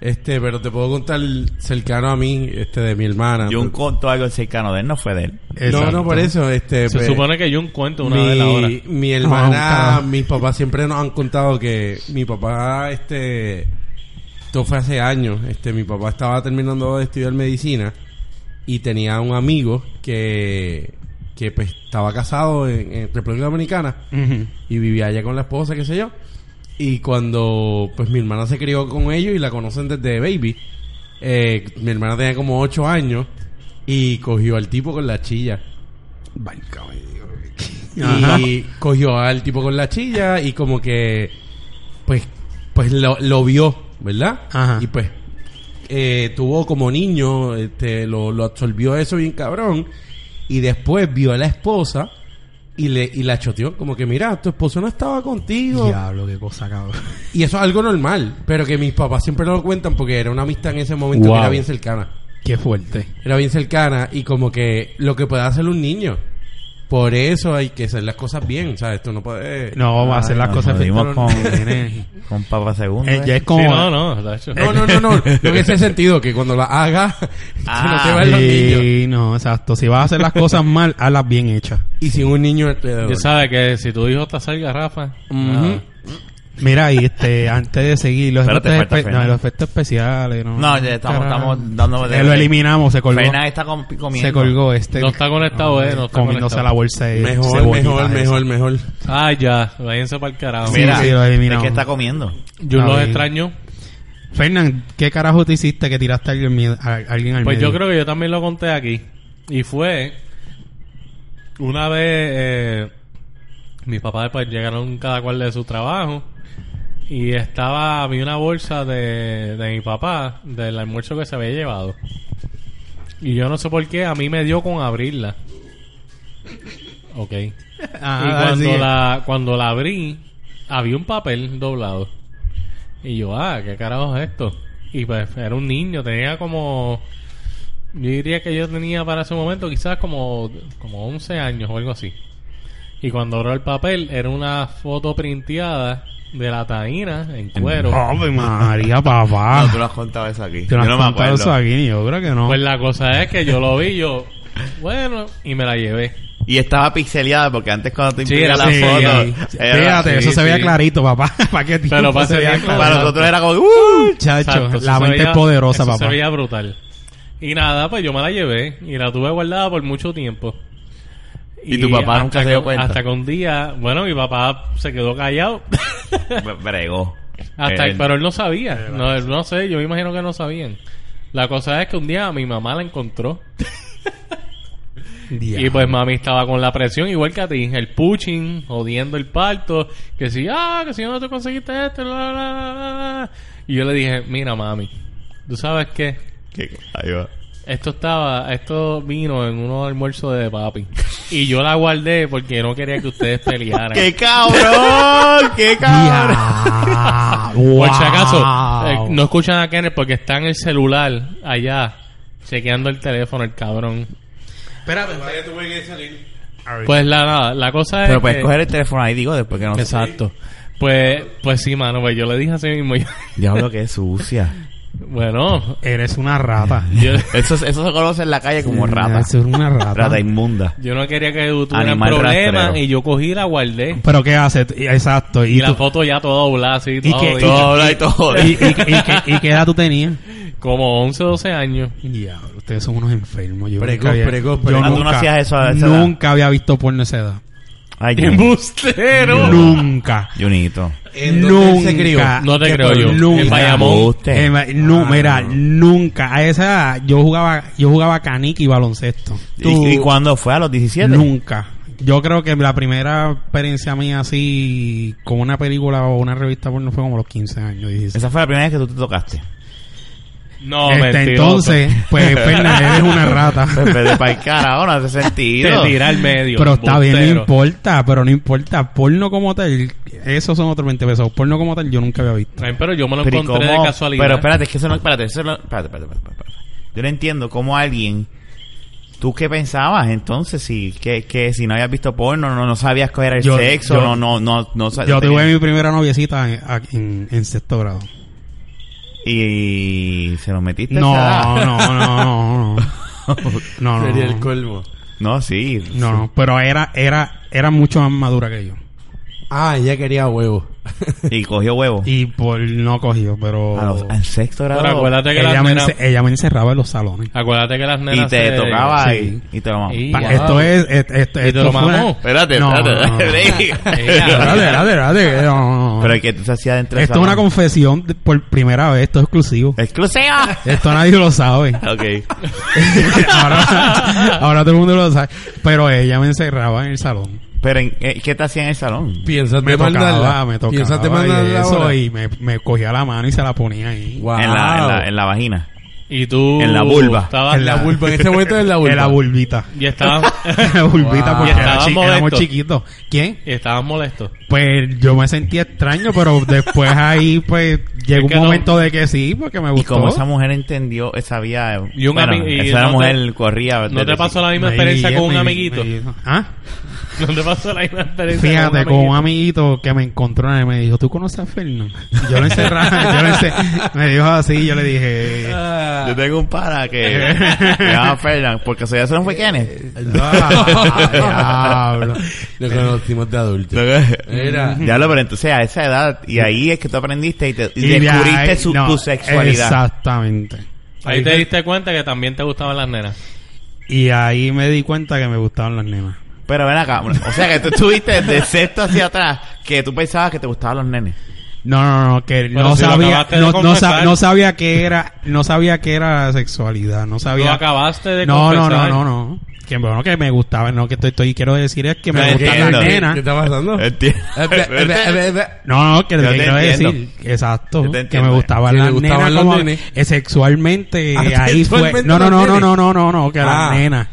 C: Este, pero te puedo contar cercano a mí, este, de mi hermana.
D: yo un conto algo cercano de él no fue de él
A: Exacto.
C: No, no, por eso, este.
B: Se
C: pues,
B: supone que yo un cuento una
C: mi,
B: de la hora.
C: mi
A: Ah,
C: hermana,
A: un
C: mis papás siempre nos han contado que mi papá, este, esto fue hace años, este, mi papá estaba terminando de estudiar medicina y tenía un amigo que, que pues estaba casado en, en República Dominicana
A: Ujú.
C: y vivía allá con la esposa, qué sé yo. Y cuando pues mi hermana se crió con ellos y la conocen desde baby, eh, mi hermana tenía como 8 años y cogió al tipo con la chilla.
A: Válgame, Dios. Ajá.
C: Y cogió al tipo con la chilla y como que pues pues lo, lo vio, ¿verdad?
A: Ajá.
C: Y pues eh, tuvo como niño, este, lo, lo absorbió eso bien cabrón. Y después vio a la esposa y le, y la choteó. Como que mira, tu esposo no estaba contigo.
A: Diablo, qué cosa, cabrón.
C: Y eso es algo normal, pero que mis papás siempre no lo cuentan porque era una amistad en ese momento
A: Wow.
C: que era bien cercana.
A: Qué fuerte.
C: Era bien cercana y como que lo que puede hacer un niño. Por eso hay que hacer las cosas bien, ¿sabes? Tú no puedes...
A: No, vamos a hacer
D: Ay,
A: las
D: nos
A: cosas
D: jodimos con
A: [laughs] Nene.
D: con papá segundo
A: Eh, ya es como.
B: Sí, no, no, de hecho.
C: No,
B: [laughs]
C: no,
A: [laughs]
C: no, no. Lo que ese sentido, [laughs] que cuando la hagas,
D: Ah,
C: se no te van los niños.
A: Sí, no, exacto. Si vas a hacer las cosas mal, [laughs] hazlas bien hechas.
C: Y sin un niño alrededor.
B: Ya sabes que si tu hijo está sal garrafa,
D: Mm.
C: Ujú.
B: nada.
A: Mira, y este, antes de seguir, los,
D: Espérate,
A: efectos,
D: falta
A: espe- no,
D: Fernan.
A: los efectos especiales. No,
D: No, ya estamos-
A: Carajo.
D: estamos dando-
A: Eh, Lo eliminamos, se colgó.
D: Fernan está com- comiendo
A: Se colgó este.
B: no está conectado, eh. No está
A: comiéndose
B: conectado.
A: la bolsa de
C: Mejor,
A: cebollitas
C: mejor,
A: esas.
C: mejor, mejor.
B: Ah, ya. Váyanse para el carajo.
D: mira
A: sí, lo eliminamos.
D: es que está comiendo
B: Yo
A: Está
B: los
A: bien.
B: extraño.
A: Fernan, ¿qué carajo te hiciste que tiraste a alguien, mie- a- a alguien al
B: Pues
A: medio?
B: yo creo que yo también lo conté aquí. Y fue una vez eh, mis papás pues, llegaron cada cual de su trabajo y estaba, había una bolsa de, de mi papá del almuerzo que se había llevado. Y yo no sé por qué, a mí me dio con abrirla. Ok.
A: Ah,
B: y
A: dale,
B: cuando
A: sigue.
B: la, cuando la abrí, había un papel doblado. Y yo, ah, ¿qué carajo es esto? Y pues era un niño, tenía como... Yo diría que yo tenía para ese momento quizás como, como 11 años o algo así. Y cuando abrió el papel, era una foto printeada de la taína en cuero.
A: Ave María, papá.
D: no tú lo has contado eso aquí
A: Te
D: yo
A: lo Ah. has
D: no me
A: contado
D: acuerdo
A: eso aquí, yo creo que no.
B: Pues la cosa es que yo lo vi, yo, bueno, y me la llevé.
D: Y estaba pixeleada porque antes cuando te
B: Sí,
D: imprimía
B: era
D: la
B: sí,
D: foto... era-
A: Fíjate,
B: sí,
A: eso se veía
B: sí.
A: clarito, papá. [laughs] ¿Para qué tiempo
B: para
A: se
B: ser
A: veía
B: bien
A: clarito?
D: Para
B: Exacto.
D: nosotros era como...
A: Uh,
D: ¡Uh!
A: chacho,
B: Exacto, eso
A: la
B: se
A: mente
B: veía-
A: es poderosa,
B: eso
A: papá.
B: Se veía brutal. Y nada, pues yo me la llevé y la tuve guardada por mucho tiempo.
D: ¿Y tu papá
B: hasta
D: nunca se dio
B: que-
D: cuenta?
B: Hasta que un día, bueno, mi papá se quedó callado. [laughs]
D: Bregó.
B: Hasta,
D: Eh,
B: pero él no sabía. No, él no sé, yo me imagino que no sabían. La cosa es que un día mi mamá la encontró. Y pues mami estaba con la presión igual que a ti. El pushing, jodiendo el parto. Que si, ah, que si no te conseguiste este, esto, la, la, la, la, la". Y yo le dije, mira mami, ¿tú sabes qué?
D: que- Ahí va.
B: Esto estaba, esto vino en unos almuerzos de papi. Y yo la guardé porque no quería que ustedes pelearan.
D: [laughs] ¡Qué cabrón! ¡Qué cabrón!
A: Ya, [laughs]
B: Por si
A: wow.
B: acaso, eh, no escuchan a Kenneth porque está en el celular allá, chequeando el teléfono, el cabrón.
A: Espérate,
C: Todavía tuve que salir.
B: Pues la, la, la cosa es.
D: Pero puedes
B: que-
D: coger el teléfono ahí, digo, después que no...
B: Exacto. Pues, pues sí, mano, pues yo le dije así mismo. yo- [laughs]
D: Diablo, que sucia.
B: bueno,
A: eres una rata.
B: yo,
D: Eso, se- eso se conoce en la calle como rata.
A: Eres una rata.
D: Rata inmunda.
B: yo no quería que tuvieran
D: Animal
B: problemas
D: rastrero.
B: y yo cogí y la guardé.
A: Pero ¿qué hace? T- Exacto.
B: Y,
A: ¿Y,
B: la
A: tú-
B: foto ya toda doblada, así, toda
A: que-
B: jodida.
D: Todo habla y todo.
A: y, y, y qué- y qué edad tú tenías?
B: como 11 o 12 años.
A: Diablo, ustedes son unos enfermos. Yo
C: Precoz,
A: nunca había,
C: precoz,
A: yo
C: precoz.
D: Ah, tú no
A: nunca-
D: hacías eso a esa edad.
A: Nunca había visto porno a esa edad.
D: Ay, Jun-
B: ¡Embustero!
A: Nunca.
D: Junito.
C: ¿En dónde él se crió?
A: Nunca.
B: No te creo yo.
A: Nunca.
B: En Bayamón.
D: Embuste.
A: Eh, ma- no,
C: Ah,
A: mira,
C: no.
A: nunca. A esa edad yo jugaba, yo jugaba canica y baloncesto. Tú-
D: ¿Y, ¿Y cuándo fue? ¿A los 17?
A: Nunca. Yo creo que la primera experiencia mía así, con una película o una revista porno fue como a los 15 años. 16.
D: Esa fue la primera vez que tú te tocaste.
B: No,
A: Este,
B: mentiroso.
A: entonces,
B: [laughs]
A: pues Fernández eres una rata.
D: Pues vete para el cara, ahora no hace sentido.
B: Te tira al medio.
A: [laughs] pero está bien, no
B: embustero.
A: importa, pero no importa. Porno como tal, esos son otros 20 pesos. Porno como tal yo nunca había visto.
B: Ay, Pero yo me lo
D: Pero ¿y
B: encontré
D: cómo?
B: de casualidad.
D: Pero espérate, es que eso no... Espérate, eso no... Espérate, espérate, espérate, espérate. Yo no entiendo cómo alguien... ¿Tú qué pensabas entonces? Si, que, que si no habías visto porno, no, no sabías qué era el
A: Yo-
D: sexo,
A: yo-
D: no, no, no, no sabías...
A: Yo tuve mi primera noviecita en, a- en- en sexto grado.
D: Y se lo metiste.
A: No,
D: ¿sabes?
A: no, no, no, no.
D: [laughs]
A: No, no,
C: Sería el
A: no.
C: colmo.
D: No, sí.
A: No, no, pero era, era, era mucho más madura que yo.
C: Ah, ella quería huevo.
D: Y cogió huevo.
A: Y por no cogió, pero...
D: A los- al sexto grado.
B: Pero acuérdate que
A: Ella
B: las
A: me,
B: nenas...
A: ence- ella me encerraba en los salones.
B: Acuérdate que las nenas...
D: y te
B: se-
D: tocaba
A: sí.
D: ahí. Y te lo mamó.
B: Y-
A: Pa-
B: wow.
A: Esto es... et- esto,
B: ¿Y te
A: esto
B: lo
A: fue
B: mamó?
A: una-
D: Espérate,
A: No, no,
D: espérate.
A: no. [laughs] Espérate,
D: break.
A: espérate, espérate, no, no, no.
D: Pero que tú se hacía dentro del
A: Esto es una
D: salón.
A: confesión de- por primera vez. Esto es exclusivo.
D: ¡Exclusiva!
A: Esto nadie lo sabe.
D: ok.
A: ahora, ahora todo el mundo lo sabe. Pero ella me encerraba en el salón.
D: Pero, en- eh, ¿qué te hacía en el salón?
C: Piensas
A: Me tocaba,
C: demandarla.
A: me tocaba.
C: Piensas
A: y
C: demandarla
A: eso,
C: ahora.
A: y me, me cogía la mano y se la ponía ahí.
C: Wow.
D: En, la, en, la, en la vagina.
B: Y tú...
D: En la vulva.
B: Estabas
A: En la
C: La vulva, en este momento es la vulva.
A: En la bulbita.
B: Y estabas... [laughs]
A: [laughs] La bulbita
C: Wow.
A: porque
B: Y
A: era
B: estabas
A: chi- éramos
B: molesto.
A: chiquitos. ¿Quién?
B: y estabas molesto.
A: Pues yo me sentía extraño, pero después ahí pues llegó
B: que
A: un
B: no-
A: momento de que sí, porque me
D: Y
A: gustó.
D: como esa mujer entendió, eh, sabía...
B: Y un
D: bueno,
B: ami- y
D: esa
B: no te-
D: mujer corría...
B: ¿No te
D: desde
B: pasó la misma
A: Me
B: experiencia
A: guié,
B: con un
A: me-
B: amiguito?
A: me guié. ¿Ah?
B: [laughs] ¿No te pasó la misma experiencia
A: Fíjate,
B: con
A: con
B: un
A: un
B: amiguito?
A: amiguito que me encontró y me dijo, ¿tú conoces a Fernando? Yo lo encerraba, [laughs] yo lo encer- Me dijo así, yo le dije...
C: Ah.
D: Yo tengo un pana que...
A: [laughs]
D: se llama Fernan, porque eso ya se nos fue Kenneth.
A: "Ah, diablo".
C: Lo conocimos de adulto. Era.
D: Ya lo, pero entonces a esa edad, y ahí es que tú aprendiste y, te, y
A: de
D: descubriste
A: ahí-
D: su-
A: no,
D: tu sexualidad.
A: Exactamente.
B: Ahí te diste cuenta que también te gustaban las nenas.
A: Y ahí me di cuenta que me gustaban las nenas.
D: Pero ven acá, o sea que tú estuviste de sexto hacia atrás, que tú pensabas que te gustaban los nenes.
A: No, no, no, que
B: Pero
A: no
B: si lo
A: sabía,
B: acabaste de
A: no, no, sa-
B: confesar.
A: no sabía que era, no sabía que era sexualidad, no
B: Tú
A: sabía.
B: acabaste de
A: No, no, no,
B: confesar.
A: no, no. Que bueno, que me gustaba, no, que estoy, estoy quiero decir es que me
D: No
A: gustan
D: entiendo.
A: las
C: ¿Qué
A: nenas.
C: está pasando? Eh,
D: Entiendo.
C: eh,
D: [laughs]
C: eh, eh, eh, eh.
A: No, no, que lo
D: Yo
A: que
D: te
A: quiero
D: entiendo.
A: decir, exacto,
D: Yo te
A: que me
D: entiendo.
A: gustaban
C: Que le
A: las
C: gustaban
A: nenas
C: los
A: como,
C: nenes.
A: eh, sexualmente,
C: Ah,
A: ahí fue,
C: sexualmente
A: no, no, no,
C: los
A: no,
C: nenes.
A: no, no, no, no, que
C: Ah.
A: las nenas.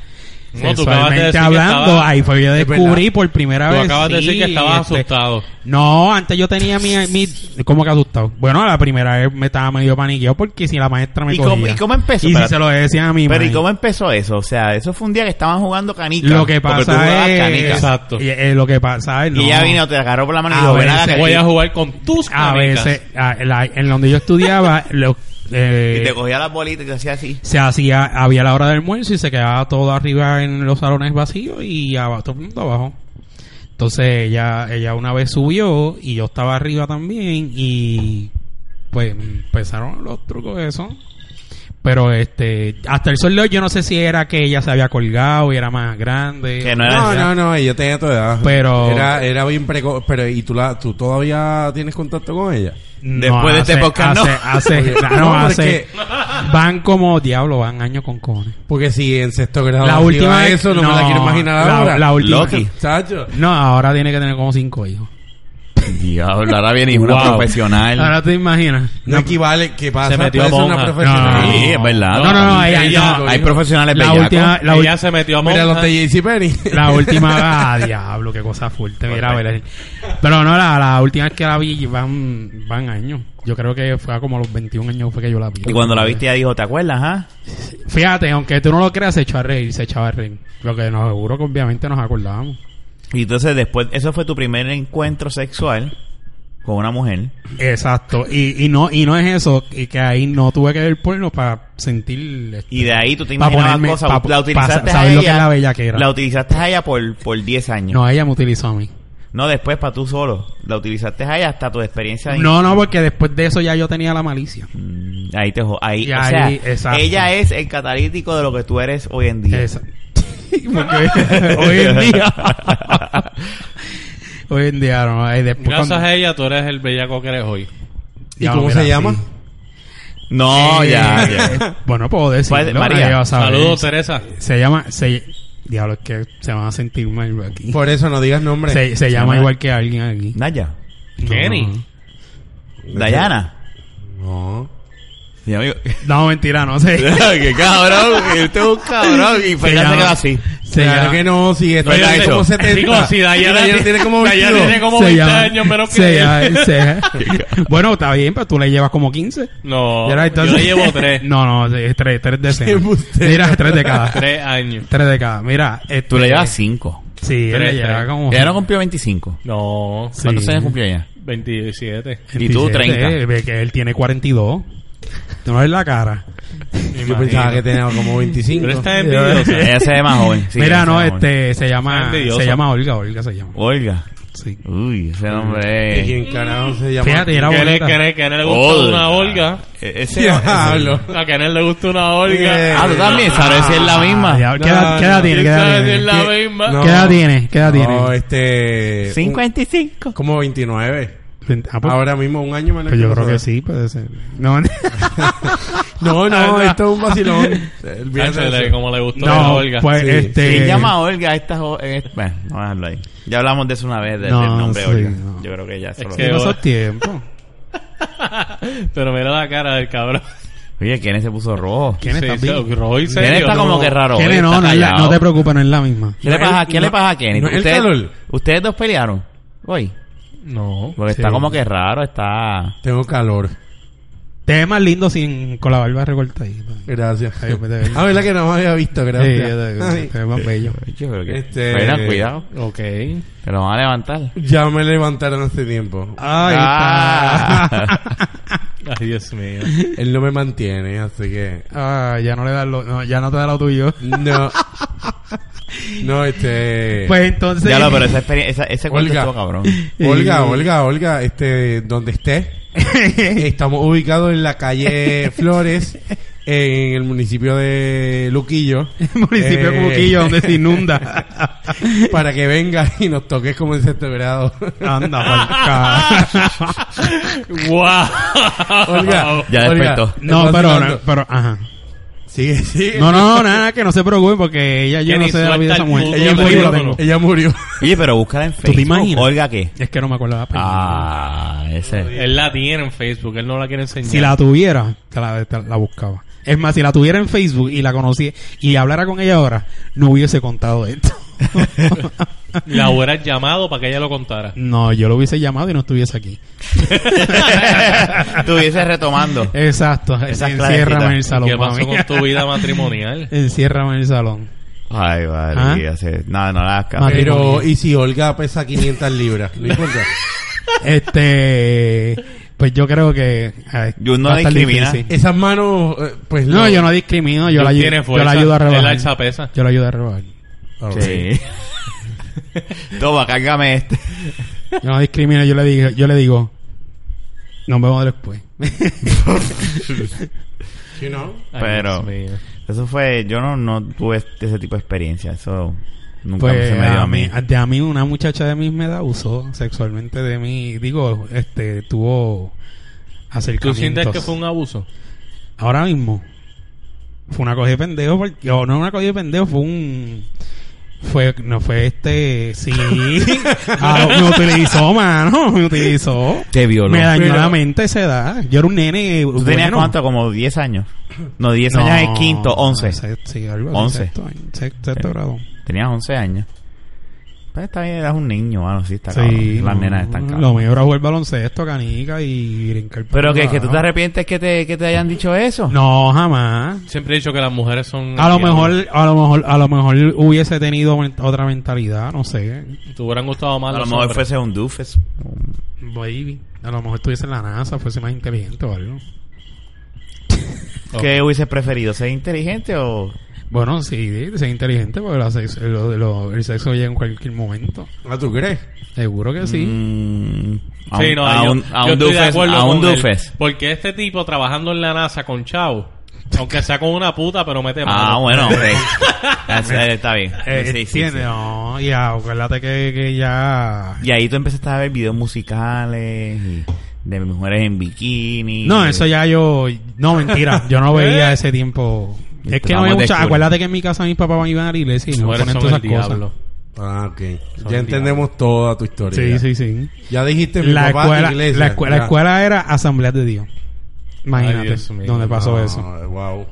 B: No, tú acabas de decir
A: Sexualmente
B: que
A: hablando,
B: estaba-
A: ahí fue que yo
C: Es verdad.
A: descubrí por primera
B: Tú
A: vez.
B: acabas de decir que
A: sí,
B: estabas
A: este,
B: asustado.
A: No, antes yo tenía mi, mi... ¿Cómo que asustado? Bueno, la primera vez me estaba medio paniqueado porque si la maestra me
D: ¿Y
A: cogía.
D: cómo- y cómo empezó?
A: Y si
D: Espérate.
A: se lo decían a mi
D: Pero ¿y
A: madre.
D: cómo empezó eso? O sea, eso fue un día que estaban jugando canicas.
A: Lo que
D: Porque tú jugabas
A: pasa es...
D: canicas.
B: Exacto.
A: y, eh, lo que pasa es... No, Ah,
D: Y ella vino, te agarró por la mano y
A: A
D: dijo, ven
A: veces-
D: acá. que
B: Voy a
D: aquí-
B: jugar con tus
A: A
B: amigas.
A: veces, a- la- en donde yo estudiaba, lo- eh,
D: [laughs] Y te cogía las bolitas y te hacía así.
A: se hacía, había la hora del almuerzo y se quedaba todo arriba en los salones vacíos y abajo, todo el mundo abajo. Entonces ella, ella una vez subió y yo estaba arriba también y pues empezaron los trucos esos. Pero este, hasta el sol de hoy yo no sé si era que ella se había colgado y era más grande.
D: Que no era
C: No,
D: esa.
C: no, no, ella tenía tu edad.
A: Pero-
C: Era, era bien precoz. Pero, ¿y tú, la, tú todavía tienes contacto con ella?
A: No,
D: Después de este
A: hace-
D: podcast, no. [laughs]
A: hace, hace- no,
C: No,
A: hace- van como diablo, van años con cojones.
C: Porque si en sexto grado
A: La
C: hacía
A: última vez-
C: eso, no, me
A: no,
C: la quiero imaginar
A: la-
C: ahora.
A: la última.
D: Loki.
C: Chacho.
A: No, ahora tiene que tener como cinco hijos.
D: Diablo,
A: [laughs]
D: ahora viene una
B: Wow.
D: profesional.
A: Ahora te imaginas.
C: No equivale que pasa.
B: Se metió
C: puede ser una
B: monja.
C: profesional.
A: No.
D: Sí, es verdad.
A: Pues No, no, no, ella-
D: Ella-
A: no.
D: Hay profesionales
A: La
B: [laughs]
D: bellacos.
A: última, Ah, la, ul-
B: Ella se metió a
C: Mira los
B: monja.
C: de JC Penny.
A: la
C: [laughs]
A: última, ah, [laughs] diablo, qué cosa fuerte, mira, Belén. Pero no, la, la última vez que la vi van, van años. Yo creo que fue a como a los 21 años fue que yo la vi.
D: Y cuando la viste, ella dijo, ¿te acuerdas, ah?
A: Fíjate, aunque tú no lo creas, se echó a reír, se echaba a reír. Lo que nos seguro que obviamente nos acordábamos.
D: Y entonces después, eso fue tu primer encuentro sexual con una mujer.
A: Exacto. Y, y no, y no es eso, y que ahí no tuve que ver porno para sentir este,
D: Y de ahí tú te
A: Pa'
D: imaginabas
A: ponerme-
D: cosas.
A: pa-
D: la
A: pa-
D: utilizaste a
A: saber lo que
D: ella-
A: es la bellaquera.
D: La utilizaste a ella por, por 10 años. No.
A: No, ella me utilizó a mí.
D: después para tú solo. La utilizaste a ella hasta tu experiencia. de-
A: No, no, porque después de eso ya yo tenía la malicia.
D: Mm, Ahí te... jo- Ahí,
A: Y
D: o
A: ahí,
D: sea,
A: exacto.
D: ella es el catalítico de lo que tú eres hoy en [laughs] día.
A: Esa- [laughs]
D: [laughs]
A: Porque hoy en día. hoy en día, no. eh, después
B: Gracias
A: cuando-
B: a ella, tú eres el bellaco que eres hoy.
C: ¿Y
A: Ya,
C: cómo
A: mira,
C: se llama?
A: sí.
D: No,
A: Eh,
D: ya, ya.
A: Bueno, puedo decirlo.
D: Pues, María,
A: nadie va a saber.
B: Saludos, Teresa.
A: Se llama. Se, diablo, es que se van a sentir mal aquí.
C: Por eso no digas nombre.
A: Se, se llama
D: llama-
A: igual que alguien
D: [laughs]
A: aquí.
D: Naya.
B: Kenny.
D: Dayana.
C: No.
D: Mi amigo.
A: No, mentira, no sé.
D: Qué cabrón. Usted es un cabrón. Y
A: Se
D: Fernández
A: llama-
D: quedó así.
A: Se
C: claro
A: llama-
C: que no, si esto
D: Pero
C: es
D: eso-
C: como 70.
B: Digo, si Dayana
C: Dayana
B: tiene-
C: tiene como
B: Dayana
C: 22.
B: tiene como
A: se
B: 20
A: llama-
B: años menos que
A: se
B: él.
A: llama- se- Bueno, está bien, pero tú le llevas como 15.
B: No,
A: Y ahora entonces-
B: yo le llevo tres.
A: No, [laughs] no, de- tres, tres decenas.
C: Qué bustero.
A: Mira, tres de cada.
B: tres años.
A: Tres de cada. Mira, este,
D: Tú le llevas 5.
A: Sí, él
B: Tres,
A: le lleva
B: tres.
A: como.
D: Ella no cumplió 25.
B: No,
A: Sí.
D: ¿Cuántos años cumplió ella?
B: 27.
D: Y tú, 30.
A: eh, ve que él tiene 42. Tú no ves la cara.
C: Yo pensaba que tenía como 25.
B: Pero está envidiosa.
D: Ella se ve más joven.
A: [laughs]
D: Sí,
A: Mira,
D: ella se
A: no,
D: ve más joven.
A: este, se llama,
B: Está envidioso.
A: se llama Olga, Olga se llama.
D: Olga.
A: Sí.
D: Uy, ese
C: ¿Y
D: nombre es...
C: quién carajo se llama?
A: Fíjate,
C: [laughs]
A: era
B: Que le,
A: bonita.
B: que le- que le gusta una Olga.
D: E-
A: [laughs]
D: Ese,
C: [laughs] Diablo.
B: A que le gusta una Olga.
C: Eh,
D: Ah, tú también sabes si es la misma.
A: Ah, diablo, ¿Qué
C: No,
A: edad, qué edad
C: no.
A: tiene?
B: ¿Quién
A: ¿Qué edad
B: sabe si es
A: tiene?
B: la
C: ¿Qué-
B: misma?
C: no.
A: ¿Qué edad tiene? ¿Qué edad
C: No,
A: tiene?
C: este.
D: 55.
C: un- como 29.
A: Ah, pues,
C: Ahora mismo, un año menos.
A: pues yo
C: nosotros.
A: creo que sí, puede ser. No, [laughs]
C: No, no,
B: Ah,
C: esto es un vacilón. El viernes
B: Cáchale,
C: de eso.
B: como le gustó una
A: no,
B: Olga.
A: pues
C: Sí.
A: este.
D: ¿Quién llama a Olga a esta jo- eh, Bueno, no vamos a dejarlo ahí. Ya hablamos de eso una vez, del,
A: No,
D: del nombre
A: sí,
D: Olga.
A: no.
D: Yo creo que ya solo...
B: que-
A: ¿Qué pasó tiempo?
B: Pero mira la cara del cabrón.
D: Oye, ¿quién se puso rojo?
A: ¿Quién
B: Sí,
A: está
B: sí,
A: bien?
B: Roy se
D: ¿Quién
B: dio,
D: está
B: no.
D: como que raro?
A: ¿Quién
D: hoy?
A: es? no,
D: Está
A: no, es la-
D: callado.
A: no te preocupes, no es la misma.
D: ¿Qué le
C: No,
D: pasa,
C: el-
D: ¿qué le
C: no-
D: pasa a Kenny?
C: no, el
D: ¿Ustedes,
C: calor.
D: ¿Ustedes dos pelearon hoy?
B: No.
D: Porque
A: Sí.
D: está como que raro, está...
C: Tengo calor.
A: Te ves más lindo sin con la barba recortada ahí.
C: Gracias.
A: Ay, me te-
C: Ah, verdad que no me había visto,
A: Sí,
C: gracias.
A: ya te-
C: Ay.
A: te ves más bello.
D: Oye, pero que-
C: Este-
D: Fernan, cuidado.
B: Ok.
D: Te lo van a levantar.
C: Ya me levantaron hace tiempo.
A: Ay,
B: Ay, Dios mío.
C: Él no me mantiene, así que.
A: [laughs] Ah, ya no le das lo, no, ya no te da lo tuyo.
C: No. No, este.
A: Pues entonces. [laughs]
D: Ya lo, pero esa experiencia, esa- ese cuento
C: Olga.
D: estuvo cabrón.
C: Olga,
A: Eh.
C: Olga, Olga, este, donde esté. Estamos ubicados en la
A: [laughs]
C: calle Flores, en el municipio de Luquillo.
A: [laughs] el municipio de
C: Eh,
A: Cuquillo donde se inunda.
C: Para que venga y nos toques como este en sexto
A: [laughs]
C: grado.
A: Anda, pa'l ca-
B: ¡Wow!
C: Olga,
D: Ya
C: Olga,
D: despertó.
A: No,
C: estás
A: pero,
C: vacilando.
A: no, pero, ajá.
C: Sigue, sigue.
A: No, no, no, nada, que no se preocupen porque ella, yo
B: Que
A: no
B: ni
A: sé de la vida de
B: suelta el
A: Samuel.
B: puto
A: Yo
B: teléfono.
A: vivo la tengo.
C: Ella murió.
D: Oye, pero búscala en Facebook.
A: te imaginas?
D: Olga, ¿qué?
A: Es que no me acuerdo la película.
D: Ah, [laughs] ese.
B: Él la tiene en Facebook, él no la quiere enseñar.
A: Si la tuviera, te la, te la buscaba. Es más, si la tuviera en Facebook y la conocí y hablara con ella ahora, no hubiese contado esto. [laughs]
B: La hubiera llamado para que ella lo
A: [laughs]
B: contara.
A: no, yo lo hubiese llamado y no estuviese aquí.
D: Estuviese retomando.
A: Exacto.
D: Esas
A: Enciérrame en el
D: clavecitas.
A: salón,
B: ¿Qué pasó
A: mami.
B: con
A: [laughs]
B: tu vida matrimonial?
A: Enciérrame en el salón.
D: Ay,
A: ¿Ah?
D: vale. ese- No, no la hagas
A: Madre.
C: Pero, ¿y si Olga pesa 500 libras? No importa.
A: Este... Pues yo creo que. ay,
D: Jun no
A: va a estar
D: discrimina.
A: difícil.
C: Esas manos, eh, pues
A: No, yo [laughs] no discrimino, yo,
B: Jun
A: la, ayu-
B: tiene
A: yo la
B: fuerza,
A: ayudo a
B: él
A: rebajar.
B: alza pesa.
A: Yo la ayudo a rebajar.
C: Ah,
A: [laughs]
C: ok.
D: Sí. Toma, cárgame este.
A: Yo no discrimino, yo le digo, yo le digo, nos vemos después.
C: Sí, ¿no?
B: Ay,
D: Pero-
B: Dios mío.
D: Eso fue... Yo no, no tuve este- ese tipo de experiencia. Eso nunca
A: Pues
D: se me dio
A: a
D: a mí.
A: mí, de a mí una muchacha de mi edad usó sexualmente de mí, digo, este, tuvo
B: ¿Tú
A: acercamientos.
B: sientes que fue un abuso?
A: Ahora mismo fue una cogida de pendejo, porque, o no una cogida de pendejo, fue un fue no fue este sí Ah, me utilizó mano me utilizó
D: Te violó.
A: me dañó
C: Pero-
A: la mente a esa edad yo era un nene
D: ¿Tú tenías
A: bueno.
D: cuánto? Como 10 años. No, 10 años en quinto, Eh, 11.
A: se- Sí, algo así,
D: 11.
A: Sexto, año, sex- sexto
D: Sí.
A: grado.
D: Tenías 11 años. Pero está bien, eras un niño, mano. Sí, está cabrón.
A: Sí,
D: Las
A: no,
D: nenas están cabrón.
A: Lo mío era jugar baloncesto, canica y brincar. para
D: Pero
A: un
D: que, que
A: lado.
D: tú te arrepientes que te, que te hayan dicho eso.
A: No, jamás.
B: Siempre he dicho que las mujeres son...
A: A lo mejor, a lo mejor, a lo mejor hubiese tenido men- otra mentalidad, no sé.
B: Te hubieran gustado más
D: A lo
B: los
D: mejor
B: hombres.
D: fuese un doofus.
A: Baby. A lo mejor estuviese en la NASA, fuese más inteligente o algo.
B: Ok.
D: ¿Qué hubiese preferido? ¿Ser inteligente o...?
A: Bueno, sí, ser inteligente porque la sex- lo- lo- el sexo llega en cualquier momento.
C: Ah, ¿tú crees?
A: Seguro que sí.
D: Mm, a
B: Sí,
D: un-
B: no,
D: a
B: yo,
D: un, a
B: yo
D: un
B: estoy de
D: doofus,
B: acuerdo
D: a un
B: con él.
D: doofus.
B: Porque este tipo trabajando en la NASA con Chavo, aunque sea con una puta, pero mete
D: Ah,
B: mano.
D: bueno, hombre.
A: [laughs]
D: Así, eh, Está bien.
A: Eh,
D: Sí, sí, sí.
A: entiende, no, y ah, acuérdate que, que ya
D: Y ahí tú empezaste a ver videos musicales y de mujeres en bikini.
A: No, eso ya yo... No, mentira. Yo
D: [laughs]
A: no veía ese tiempo... Es que no había
D: ¿Eh? Estamos
A: mucha...
D: descubriendo.
A: Acuérdate que en mi casa mis papás iban a la iglesia y
B: Las
A: no
B: mujeres
A: ponen
B: son
A: todas
B: el
A: esas cosas.
B: diablo.
C: Ah, ok. Ya entendemos toda tu historia.
A: Sí,
C: ya.
A: sí, sí.
C: Ya dijiste mi
A: La
C: papá
A: escuela,
C: iglesia.
A: la, escuela, la
C: Ya.
A: escuela era Asamblea de Dios. Imagínate
B: Dios mío,
A: dónde pasó
C: Ah,
A: eso.
C: Wow.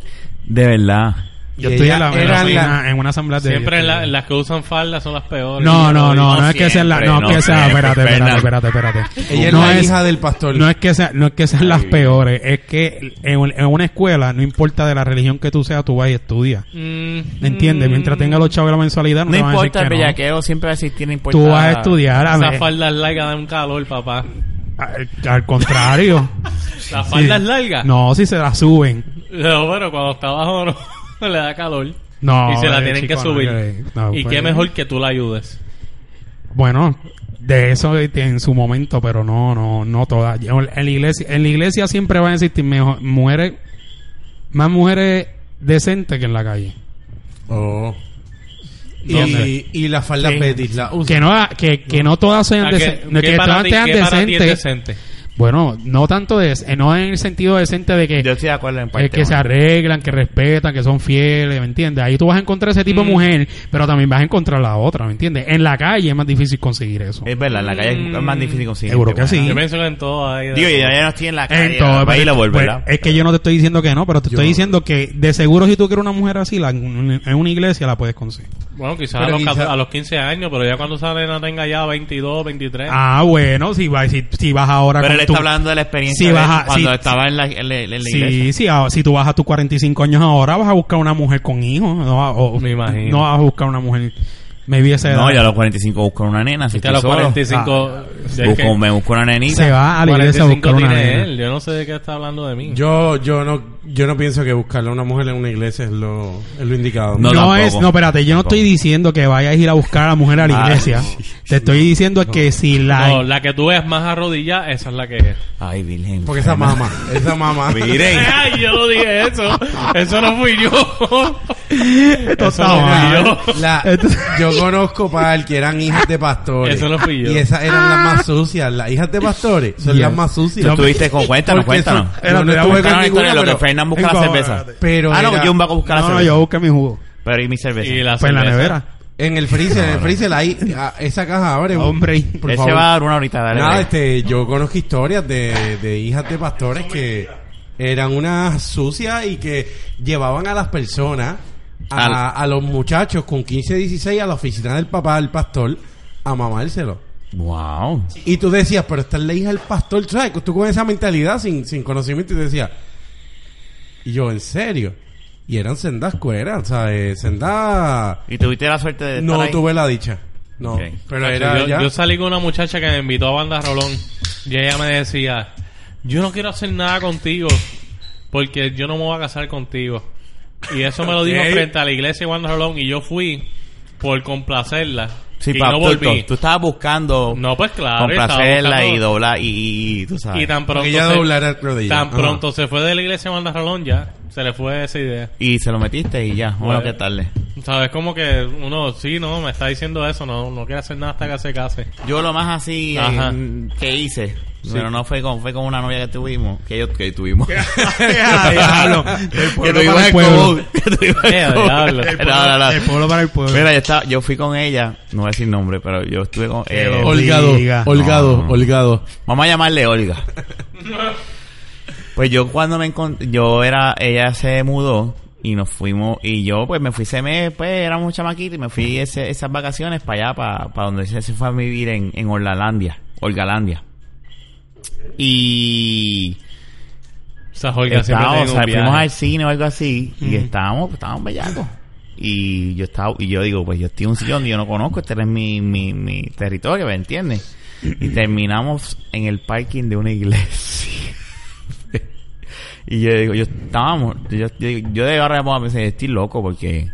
D: De verdad.
A: Yo
C: Y
A: estoy
C: ella
A: en, la, en
C: era
A: la-
C: la-
A: en una Asamblea de
B: Siempre
A: Dios.
B: la- las que usan falda son las peores.
A: No, no, no, no,
D: No
A: es que sea la,
D: siempre,
A: no,
D: no
A: es que sea,
D: siempre,
A: espérate, espérate,
D: Fernan.
A: espérate, espérate.
C: Ella
A: no
C: es la hija del pastor.
A: no es que sea, no es que sean las peores, es que en, en una escuela, no importa de la religión que tú seas, tú vas y estudias.
B: Mm,
A: ¿Me entiendes? Mientras tenga los chavos de la mensualidad, no,
D: No
A: te van a decir
D: importa el
A: que no.
D: bellaqueo, siempre va a existir, no importa...
A: Tú
B: pues,
A: vas
B: ah,
A: a estudiar, a
B: Esas
A: ver,
B: faldas largas dan un calor, papá.
A: al, al contrario.
B: Las [laughs] faldas
A: Sí.
B: largas.
A: No, si se la suben.
B: No, [laughs] pero cuando está abajo no, [laughs] no le da calor.
A: No,
B: y se la
A: eh,
B: tienen
A: chico,
B: que
A: no,
B: subir.
A: que- no,
B: y
A: pues-
B: qué mejor que tú la ayudes.
A: Bueno, de eso en su momento, pero no, no, no todas. Yo- En la iglesia, en la iglesia siempre van a existir mejor, mujeres, más mujeres decentes que en la calle.
C: Oh.
A: ¿Dónde?
C: Y, y la falda
A: Sí.
C: Betis la usa.
A: Que no, que, que no todas sean
B: Ah, ¿qué-
A: decentes. No,
B: qué
A: que
B: para
A: todas
B: ti-
A: sean
B: qué para ti es
A: decentes.
B: decente?
A: Bueno, no tanto de, eh, no en el sentido decente de que,
D: Yo estoy de acuerdo en parte.
A: eh, que se
D: bueno.
A: arreglan, que respetan, que son fieles, ¿me entiendes? Ahí tú vas a encontrar ese tipo
B: Mm.
A: de mujer, pero también vas a encontrar la otra, ¿me entiendes? En la calle es más difícil conseguir eso.
D: Es verdad, en la calle es más difícil conseguir.
A: Seguro que sí.
B: Yo pienso que en todo hay... de
D: Digo, yo
B: todo.
D: ya no estoy en la calle.
A: Entonces,
D: ahí la
A: pues,
D: vuelvo, ¿verdad?
A: es que yo no te estoy diciendo que no, pero te
C: Yo-
A: estoy diciendo que de seguro si tú quieres una mujer así, la- en una iglesia la puedes conseguir.
B: Bueno, quizás a
C: Pero
B: los,
C: quizá-
B: ca- a los 15 años, pero ya cuando sale no tenga ya 22, 23.
A: Ah, bueno, si, vas si, si vas ahora
D: Pero
A: con
D: él
A: tu-
D: está hablando de la experiencia
A: Sí,
D: de
A: baja-
D: cuando
A: sí,
D: estaba en la, en la- en la iglesia.
A: Sí, sí, ah, si tú vas a tus 45 años ahora, vas a buscar una mujer con hijos. No, va- o-
B: Me imagino.
A: No vas a buscar una mujer. Me vi esa edad.
D: No, yo a los 45 busco una nena. Si
B: que a los
D: 45.
B: 45...
A: Ah.
B: ya es que-
D: Busco, me busco una nenita.
A: se va a la iglesia a
B: 45
A: buscar una
B: tiene
A: nena.
B: él. Yo no sé de qué está hablando de mí.
C: Yo, yo no, yo no pienso que buscarle a una mujer en una iglesia es lo, es lo indicado.
A: No,
D: No, tampoco.
A: es, no, espérate, yo no
D: Tampoco.
A: estoy diciendo que vayas a ir a buscar a la mujer a la
D: Ah, [laughs]
A: iglesia. te estoy diciendo que si la...
B: No, la que tú ves más arrodillada, esa es la que es.
D: Ay, virgen.
C: Porque esa mama, esa
D: [laughs]
C: mama.
D: Miren.
B: Ay, yo no dije eso. Eso no fui yo.
A: Esto
B: eso
A: está
B: no
A: mal.
B: fui yo.
C: La- yo conozco par que eran hijas de pastores.
B: Eso lo fui yo.
C: Y esas eran las más sucias. Las hijas de pastores son
A: Yes.
C: las más sucias.
D: Tú estuviste con... Cuéntanos,
C: Porque eso-
D: cuéntanos.
C: yo no
A: Espérate,
C: estuve
A: cuéntanos
C: con
D: Cuéntanos la historia
C: ninguna,
D: de lo que
C: pero-
D: Fernan busca la
A: Encóbrate.
D: cerveza.
C: Pero
D: ah, no,
C: era-
D: yo va a buscar la
A: No, no,
D: cerveza.
A: yo busqué mi jugo.
D: Pero y mi cerveza.
B: Y la
A: Pues en la
B: cerveza.
A: nevera.
C: En el freezer, en el freezer, ahí, a- esa caja abre.
A: Hombre.
C: por
D: Él
C: favor.
D: se va a dar una ahorita, dale.
C: Nada,
D: dale.
C: este, yo conozco historias de, de hijas de pastores que eran unas sucias y que llevaban a las personas, a, a los muchachos con 15, 16 a la oficina del papá del pastor a mamárselo.
D: Wow.
C: Y tú decías, pero esta es la hija del pastor, ¿sabes? Tú con esa mentalidad sin, sin conocimiento y te decías, y yo, ¿en serio? Y eran sendas cueras, ¿sabes? Sendas...
D: ¿Y tuviste la suerte de estar
C: No
D: ahí?
C: tuve la dicha. No,
D: Ok.
C: pero era
B: yo,
C: ya...
B: yo salí con una muchacha que me invitó a banda Rolón. Y ella me decía, yo no quiero hacer nada contigo porque yo no me voy a casar contigo. Y eso me lo dijo
D: Ok.
B: frente a la iglesia de Wanda Rolón y yo fui por complacerla.
D: Sí,
B: y
D: pa,
B: no
D: tú-
B: volví.
D: tú, tú estabas buscando
B: No, pues claro. estaba
D: complacerla y
B: buscando-
D: doblar y, y- tú sabes.
B: Y tan pronto,
C: Porque ella
B: se,
C: doblará rodillas.
B: tan
C: Ajá.
B: pronto se fue de la iglesia Wanda Rolón ya, se le fue esa idea.
D: Y se lo metiste y ya, bueno, qué tal.
B: ¿Sabes? Como que uno, sí, no, me está diciendo eso, no, no quiere hacer nada hasta que se case.
D: Yo lo más así eh,
B: Ajá.
D: que hice, pero no fue con, fue con una novia que tuvimos, que yo que
A: [laughs]
D: tuvimos. [laughs]
A: Diablo. Del
D: que
A: pueblo
D: tuvimos
A: para
D: en
A: el pueblo.
D: común. [laughs] Que tuvimos en
B: Eh,
D: común.
B: diablo.
D: No, no, no.
A: Del pueblo para el pueblo.
D: Mira, yo, estaba, yo fui con ella, no voy a decir nombre, pero yo estuve con eh,
A: loco.
C: Holgado,
A: Diga.
C: holgado,
D: No.
C: holgado.
D: Vamos a llamarle Olga. Pues yo cuando me encontré, yo era, ella se mudó y nos fuimos, y yo pues me fui ese mes, pues éramos chamaquitos y me fui ese- esas vacaciones para allá, para, para donde ella se fue a vivir en, en Orlalandia, Olgalandia. Y
B: Esa Olga siempre tiene
D: estábamos, o
B: un
D: sea,
B: viaje.
D: fuimos al cine o algo así, y estábamos, estábamos bellacos. Y yo estaba, y yo digo, pues yo estoy en un sitio donde yo no conozco, este es mi, mi, mi territorio, ¿me entiendes? Y terminamos en el parking de una iglesia. [laughs] y yo digo, yo estábamos, yo, yo, yo de ahora me pongo a pensar, estoy loco porque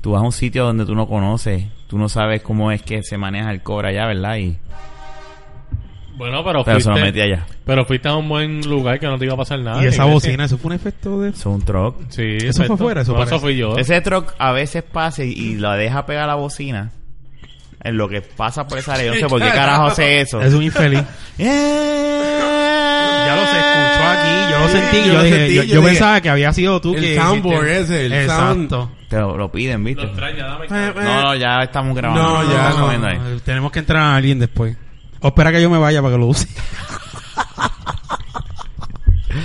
D: tú vas a un sitio donde tú no conoces, tú no sabes cómo es que se maneja el cobre allá, ¿verdad? Y,
B: Bueno, pero
D: pero se
B: fuiste,
D: lo metí allá.
B: pero fuiste a un buen lugar que no te iba a pasar nada.
A: Y
B: iglesia.
A: esa bocina, eso fue un efecto de...
D: Eso es un truck.
B: Sí,
A: Eso fue afuera, eso
B: No, eso
A: parece.
B: fui yo.
D: Ese truck a veces pasa y, y la deja pegar a la bocina. En lo que pasa por esa área. Yo no sé por qué carajo hace eso.
A: Es un infeliz.
D: Ya
A: [laughs] Ya lo se escuchó aquí, yo lo sentí,
C: Sí, yo
A: yo,
C: lo
A: dije,
C: sentí,
A: yo,
C: yo
A: yo
C: dije,
A: pensaba que había sido tú
C: el
A: que
C: soundboard
A: hiciste-
C: ese, el
A: Exacto.
D: Te lo, lo piden,
B: Lo
D: ¿viste?
B: extraña, dame.
D: No, no, ya estamos grabando.
C: No, ya
D: Estamos
C: no.
D: viendo ahí.
A: Ah, Tenemos que entrar a alguien después. O espera que yo me vaya para que lo [laughs] use.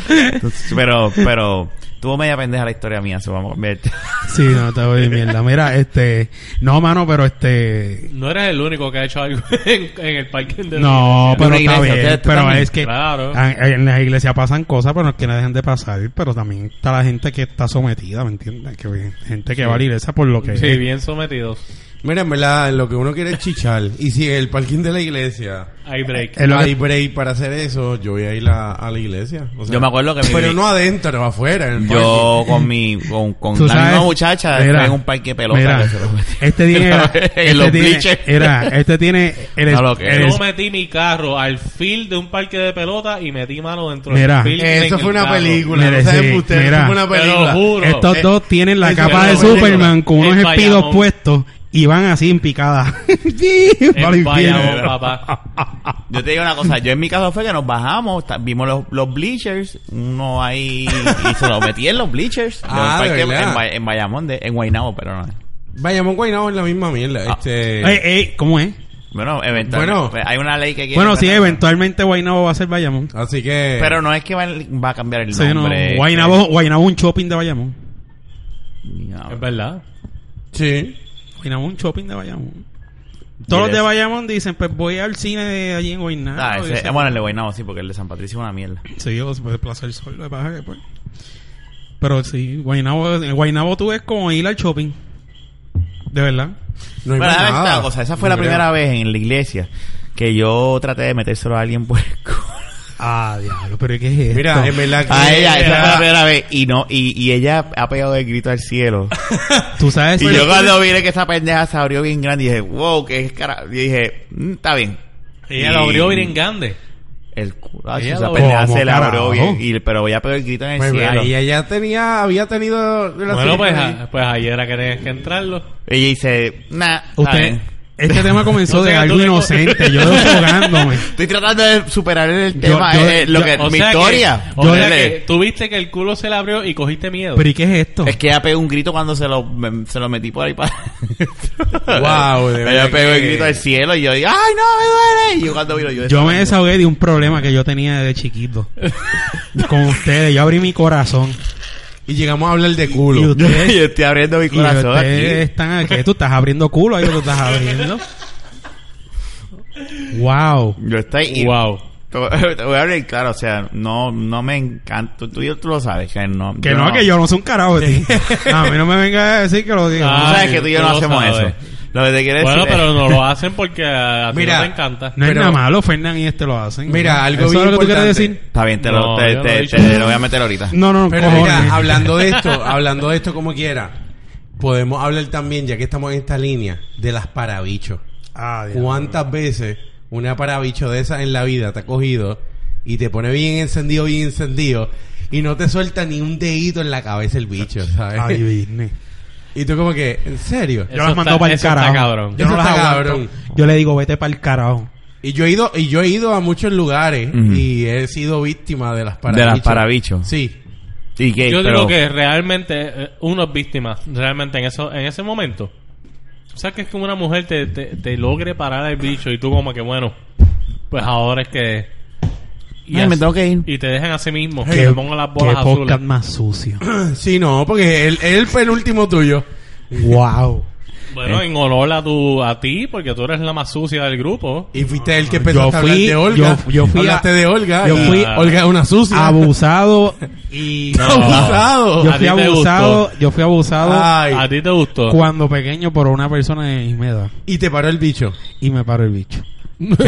D: Entonces, Pero, pero, tuvo media pendeja la historia mía. Eso vamos a ver.
A: [laughs] Sí, no, te voy de mierda. Mira, este... No, mano, pero este...
B: No eres el único que ha hecho algo [laughs] en, en el parque de
A: No, pero está
D: Una iglesia,
A: bien.
D: ustedes
A: Pero
D: también.
A: es que Ah,
B: Claro.
A: a- en las iglesias pasan cosas, pero no es que no dejen de pasar. Pero también está la gente que está sometida, ¿me entiendes? Que hay gente que va a la iglesia por lo que
B: Sí,
A: es.
B: bien sometidos.
C: Mira, en verdad, lo que uno quiere es chichar. Y si el parking de la iglesia
B: Hay break.
A: Es lo que-
C: hay break para hacer eso, yo voy a ir a, a la iglesia. O sea,
D: Yo me acuerdo que mi-
C: Pero no adentro, afuera, en el
D: Yo con mi, con, con
A: Tú
D: la
A: sabes-
D: misma muchacha
A: Mira,
D: en un parque de pelota.
A: mira,
D: que se lo-
A: este tiene, era,
D: [laughs] En los
A: este tiene,
D: bleachers.
A: era, este tiene el,
D: [laughs] No, lo que-
A: el-
B: Yo metí mi carro al field de un parque de pelota y metí mano dentro
A: Mira.
B: del
C: parking.
B: field. en
C: Eso
B: el
C: fue una
B: carro.
C: película.
A: Mira,
C: no saben
A: sí,
C: ustedes,
A: mira.
C: eso fue una
B: Te lo
C: película.
B: juro.
A: estos
C: eh,
A: dos tienen la
C: eso
A: capa
C: es
A: de
C: lo que
A: Superman
C: digo.
A: con unos
B: En
A: espidos
B: Bayamón.
A: puestos y van así en picada. [laughs] Sí, Eh,
B: En
A: para el
B: Bayamón, [laughs]
A: infierno.
B: papá.
D: Yo te digo una cosa, yo en mi caso fue que nos bajamos, ta- vimos los, los bleachers, uno ahí y se lo metí en los bleachers. de un
C: Ah, de
D: parque
C: verdad.
D: en, Bay- en Bayamón, de- en Guaynabo, pero no.
C: Bayamón Guaynabo es la misma mierda.
D: Ah.
C: Este,
A: Ey, ey, eh, ¿Cómo es?
D: Bueno, eventualmente.
C: Bueno.
D: hay una ley que quiere.
A: Bueno, sí, eventualmente Guaynabo va a ser Bayamón.
C: así que...
D: Pero no es que va, va a cambiar el
A: Sí, no.
D: nombre. eh.
A: Guaynabo, Guaynabo un shopping de Bayamón.
D: No.
B: Es verdad.
C: Sí.
A: Guaynabo Pues un shopping de Bayamón. Todos los de
D: Yes.
A: Bayamón dicen, pues voy al cine de allí en Guaynabo.
D: Ah, ese-
A: Y eso-
D: bueno, el de Guaynabo sí, porque el de San Patricio es una mierda.
A: Sí, yo pues, Plaza del Sol, lo que pasa es que, pues. Pero sí, Guaynabo, en Guaynabo tú es como ir al shopping. De verdad.
C: No hay
D: Bueno,
C: más
D: déjame
C: nada.
D: decirte una cosa, esa fue
C: No
D: la
C: creo.
D: primera vez en la iglesia que yo traté de metérselo a alguien por el culo.
A: Ah, diablo, pero ¿qué es esto?
C: Mira, en verdad que...
D: A ella, esa fue la
C: [laughs] Mira,
D: primera vez. Y no, y, y ella ha pegado el grito al cielo.
A: tú sabes. este
D: Y yo cuando vi que esa pendeja se abrió bien grande, dije, wow, que es cara. Y dije, "Mm, está bien.
B: Ella lo abrió bien grande.
D: El culo,
B: Ella
D: esa
B: lo-
D: pendeja
A: ¿Cómo
D: se la abrió
A: carajo?
D: bien. Y, pero ya pegó el grito en el
C: Pues
D: cielo.
C: ahí ella tenía, había tenido
B: Bueno,
C: relaciones
B: pues,
C: con él.
D: ah.
B: a- pues ahí era que tenías que entrarlo.
D: Ella dice, nah, está
A: Usted,
D: bien.
A: este tema comenzó
D: [laughs]
B: O sea,
A: de
B: tú
A: algo
B: le-
A: inocente, yo desfogándome.
D: Estoy tratando de superar el
A: Yo-
D: tema,
A: yo-
D: eh, lo
A: yo-
D: que,
B: O
D: mi
B: sea que-
D: historia.
B: o sea
D: Yo-
B: que tuviste que el culo se le abrió y cogiste miedo.
A: Pero ¿y qué es esto?
D: Es que ella pegó un grito cuando se lo, me- se lo metí por ahí para...
C: Wow, de verdad
D: Ella pegó el
C: que-
D: grito al cielo y yo dije, ¡ay, no, me duele! Y yo cuando viro, yo...
A: Yo me desahogué de un problema que yo tenía desde chiquito. Con ustedes, yo abrí mi corazón.
C: Y llegamos a hablar de
A: Y
C: culo.
A: usted-
D: Y [laughs] yo estoy abriendo mi
A: Y
D: corazón
A: ustedes
D: aquí.
A: están aquí. Tú estás abriendo culo ahí, lo que estás abriendo. Wow.
D: Yo estoy... y-
B: Wow.
D: Te voy te voy a [laughs] hablar claro, o sea, no, no me encanta. Tú, tú, tú lo sabes, que no.
A: Que
D: yo
A: no, que yo no soy un carajo de ti. No, a mí no me venga a decir que lo diga.
D: Tú
B: Ah,
D: sabes que tú y yo
B: tú
D: no
B: lo
D: hacemos
B: sabes.
D: eso. Lo que te quiero
B: Bueno,
D: decir es-
B: pero no lo hacen porque a, a ti
C: Mira,
B: no te encanta.
A: No es
C: Pero-
A: nada malo, Fernán y este lo hacen.
C: Mira, algo
A: ¿Eso
C: bien
A: es lo que tú quieres
C: importante.
A: decir?
D: Está bien, te,
B: No,
D: lo, te,
B: yo no
D: te-
B: he dicho
D: te
B: nada.
D: lo voy a meter ahorita.
A: No, no, no.
C: Pero
A: cojones.
C: mira, hablando de esto, hablando de esto como quiera, podemos hablar también, ya que estamos en esta línea, de las parabichos.
A: Ah, diablo.
C: ¿Cuántas veces una parabicho de esas en la vida te ha cogido y te pone bien encendido, bien encendido, y no te suelta ni un dedito en la cabeza el bicho, ¿sabes?
A: Adivine.
C: Y tú como que, ¿en serio?
A: Yo las
B: eh. Eso
A: mando
B: está-
A: para el
B: eso está
A: carajo.
B: cabrón.
A: Yo
C: Eso
A: no las
C: está
A: aguanto.
C: cabrón.
A: Yo le digo, vete para el carajo.
C: Y yo he ido, y yo he ido a muchos lugares
D: Ujú.
C: y he sido víctima de las
D: De
C: parabichos.
D: las parabichos.
C: Sí.
D: ¿Y qué?
B: Yo
D: Pero-
B: digo que realmente eh, uno es víctima, realmente en eso en ese momento. O sea, que es como una mujer te, te, te logre parar el bicho y tú como que, bueno, pues ahora es que... Y,
D: Ay, me
B: así-
D: tengo que ir.
B: y te dejan así mismo.
A: Qué-
B: que te pongan las bolas
A: qué podcast
B: azules. [laughs]
A: más sucio.
C: Sí, no, porque él, él fue el último tuyo.
B: [laughs]
A: wow.
B: Bueno, en honor a, tu, a ti, porque tú eres la más sucia del grupo.
C: Y fuiste el que empezó
A: Yo
C: a hablar
A: fui-
C: de Olga.
A: yo- yo fui
C: Hablaste
A: a-
C: de Olga. Ah.
A: yo
C: y
A: fui-
C: Olga es una
A: [laughs]
C: sucia.
A: Abusado y...
B: No.
C: Abusado.
A: Yo
B: ¿A
A: fui
B: ti te Ah,
A: abusado, yo fui abusado
C: Ay.
B: ¿A ti te gustó?
A: cuando pequeño por una persona de mi edad
C: Y te paró el bicho.
A: y me paró el bicho.
D: Qué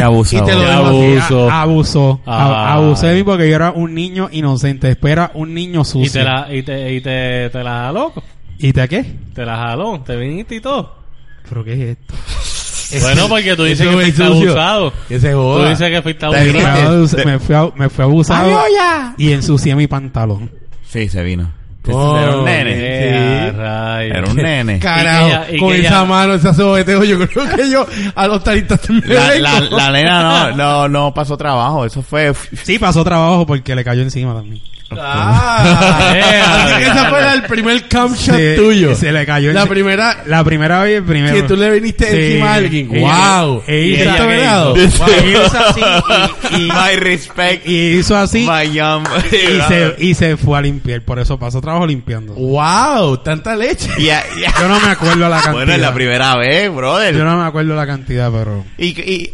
A: [laughs]
D: abusado.
C: Y te lo
B: Qué
C: demasiado.
B: abuso.
A: Abusó.
B: Ah.
A: A- abusé de mí porque yo era un niño inocente. Espera, un niño sucio.
B: Y te la, y te, y te, te la jaló.
A: ¿Y te qué?
B: Te la jaló. Te viniste y todo.
A: ¿Pero qué es esto?
B: bueno, porque tú dices
C: Eso
B: que
C: es
B: fuiste
C: sucio.
B: abusado.
C: Que se
B: Tú
C: joda. Ah,
B: dices que fuiste
A: Me fui,
B: abusado.
A: abus- me fui ab- me fui abusado y ensucié mi pantalón.
D: Sí, se vino.
C: Oh,
D: era un
C: sí.
D: nene.
B: Eh, rayos.
D: Era un nene.
C: Carajo,
B: Y que ella- y
C: con
B: que ella-
C: esa mano, ese sobeteo, yo creo que yo a los taristas también
D: La,
C: le
D: la,
C: vengo.
D: la nena no, no, no pasó trabajo. Eso fue...
A: Sí, pasó trabajo porque le cayó encima también.
C: Ah,
B: Eh,
C: así que esa
B: eh,
C: fue el primer cam shot
A: Se-
C: tuyo.
A: Se le cayó
C: la
A: enci-
C: primera
A: La primera vez, el primero.
C: que tú le viniste
A: Sí.
C: encima a alguien.
A: Y-
C: wow.
A: e hizo-
B: ¿Y ella qué
C: velado?
D: [laughs]
B: hizo?
A: Wow. Y hizo así y, y-
D: My respect.
A: y hizo así
D: Oh my young...
A: y
D: [laughs]
A: se, y se fue a limpiar. Por eso pasó trabajo limpiando.
C: Oh. Wow, tanta leche.
D: Yeah, yeah.
A: Yo no me acuerdo la cantidad.
D: Bueno, es la primera vez, brother.
A: Yo no me acuerdo la cantidad, pero...
D: Y, y,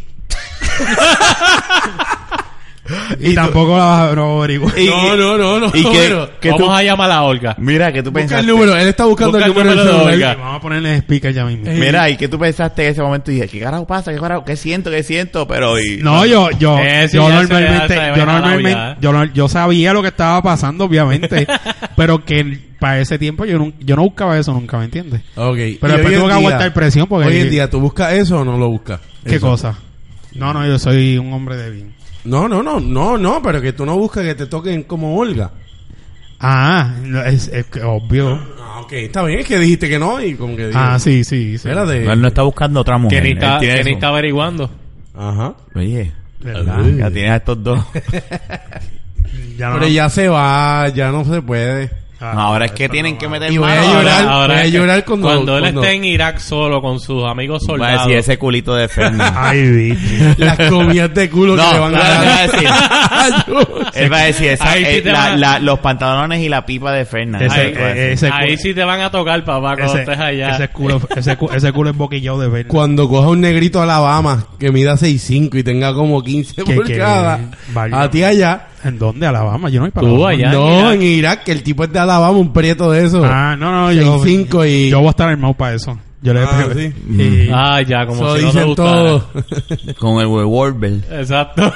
A: Y, tampoco la vas a no averiguar.
D: y-
C: no, no, no, no.
D: y que,
C: bueno.
D: que
B: Vamos
D: tú...
B: a llamar a Olga.
D: Mira, que tú
C: Busca el
D: pensaste...
C: número, él está buscando
B: Busca
C: el número del celular.
B: Olga.
A: Vamos a ponerle speaker ya mismo.
D: Mira, ¿y qué tú pensaste en ese momento? Y dije, ¿qué carajo pasa? ¿Qué carajo? ¿Qué siento? ¿Qué siento? Pero... Y,
A: No, yo, yo,
B: Eh, sí,
A: yo
B: ya se-
A: normalmente,
B: ya se
A: yo
B: ve eh.
A: normalmente,
B: jalado ya.
A: yo, no- yo sabía lo que estaba pasando,
B: [laughs]
A: obviamente, pero que para ese tiempo yo, nun- yo no buscaba eso nunca, ¿me entiendes? Pero
C: Ok. y
A: después
C: hoy en
A: tuvo que
C: día-
A: aguantar presión porque-
C: Hoy en día, ¿tú buscas eso o no lo buscas?
A: ¿Qué
C: Eso.
A: cosa? No, no, yo soy un hombre de bien.
C: No, no, no, no, no, pero que tú no buscas que te toquen como Olga.
A: Ah, no, es, es que obvio.
C: Ah, ok, está bien, es que dijiste que no y como que dije,
A: Ah, sí, sí, sí.
C: Espérate.
D: No, él no está buscando otra
B: Que
D: mujer.
B: ni
D: Él
B: está,
D: tiene
B: que ni
D: eso.
B: está averiguando.
C: Ajá.
D: Oye,
A: ¿Verdad?
C: Uy.
D: ya tienes a estos dos.
A: Ya no-
C: Pero ya se va, ya no
A: [laughs]
C: se puede.
A: Ah,
D: Ahora es que tienen que meter
C: Y voy a
D: mano.
C: llorar,
D: ahora.
C: voy
B: es
C: a
B: que
C: llorar cuando-
B: él
C: cuando-
B: esté en Irak solo con sus amigos
D: Va a
B: soldados.
D: decir ese culito de Fernan.
A: Ay, bicho.
C: Las comidas de culo
D: No,
C: que le van a
D: claro,
C: dar.
D: te iba Él va a decir esa-
B: Ahí sí
D: eh,
B: te
D: la-
B: va.
D: la- los pantalones y la pipa de Fernan.
A: Ese-
D: Ahí te va a decir.
A: eh, ese culo-
B: Ahí sí te van a tocar, papá, [laughs] cuando
A: Ese,
B: estés allá.
A: ese culo, ese, cu- ese culo es boquillado de ver.
C: Cuando coja un negrito a Alabama que mida 6'5 y tenga como 15
A: Que- que-
C: pulgadas,
A: válgame.
C: a ti allá.
A: ¿En dónde? Alabama. Yo no he
B: Tú
A: parado.
B: allá. en
C: no,
B: Irak.
C: en Irak, que el tipo es de Alabama, un prieto de eso.
A: Ah, no, no, yo.
C: 6'5 y-
A: Yo voy a estar armado para eso. Yo le
C: Ah, sí.
A: y-
B: Ah, ya, como
C: eso
B: si no te
C: dicen
B: gustara.
C: todos.
D: Con el Warble.
B: Exacto.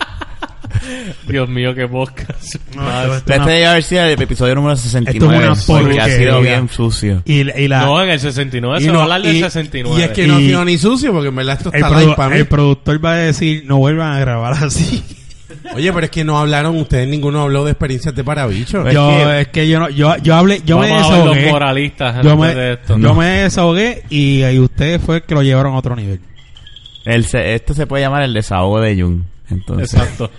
B: [laughs] Dios mío, qué podcast.
A: Ah, No,
B: pues,
A: esto- esto es
D: Este
A: una-
D: debe haber sido el episodio número 69.
A: Esto es una
D: porque ha sido
A: porquería.
D: bien sucio.
A: y, la- y la,
B: No, en el 69.
C: Y
B: se
C: no-
B: va a hablar del
C: y-
B: 69.
C: Y es que no
A: Y-
C: quedó ni sucio porque en verdad esto
A: el,
C: está
A: produ-
C: live para mí.
A: el productor va a decir, no vuelvan a grabar
B: [laughs]
A: así.
C: Oye, pero es que no hablaron, ustedes ninguno habló de experiencias de parabichos.
D: Es
A: yo,
D: que-
A: es que yo no, yo, yo hablé, yo me
B: Pues Vamos a ver los
A: desahogué.
B: moralistas
A: Yo
B: antes de
A: me,
B: esto.
A: yo
D: No.
A: me desahogué y, y ustedes fue que lo llevaron a otro nivel.
D: El se- esto se puede llamar el desahogo de Jung. Entonces,
B: Exacto.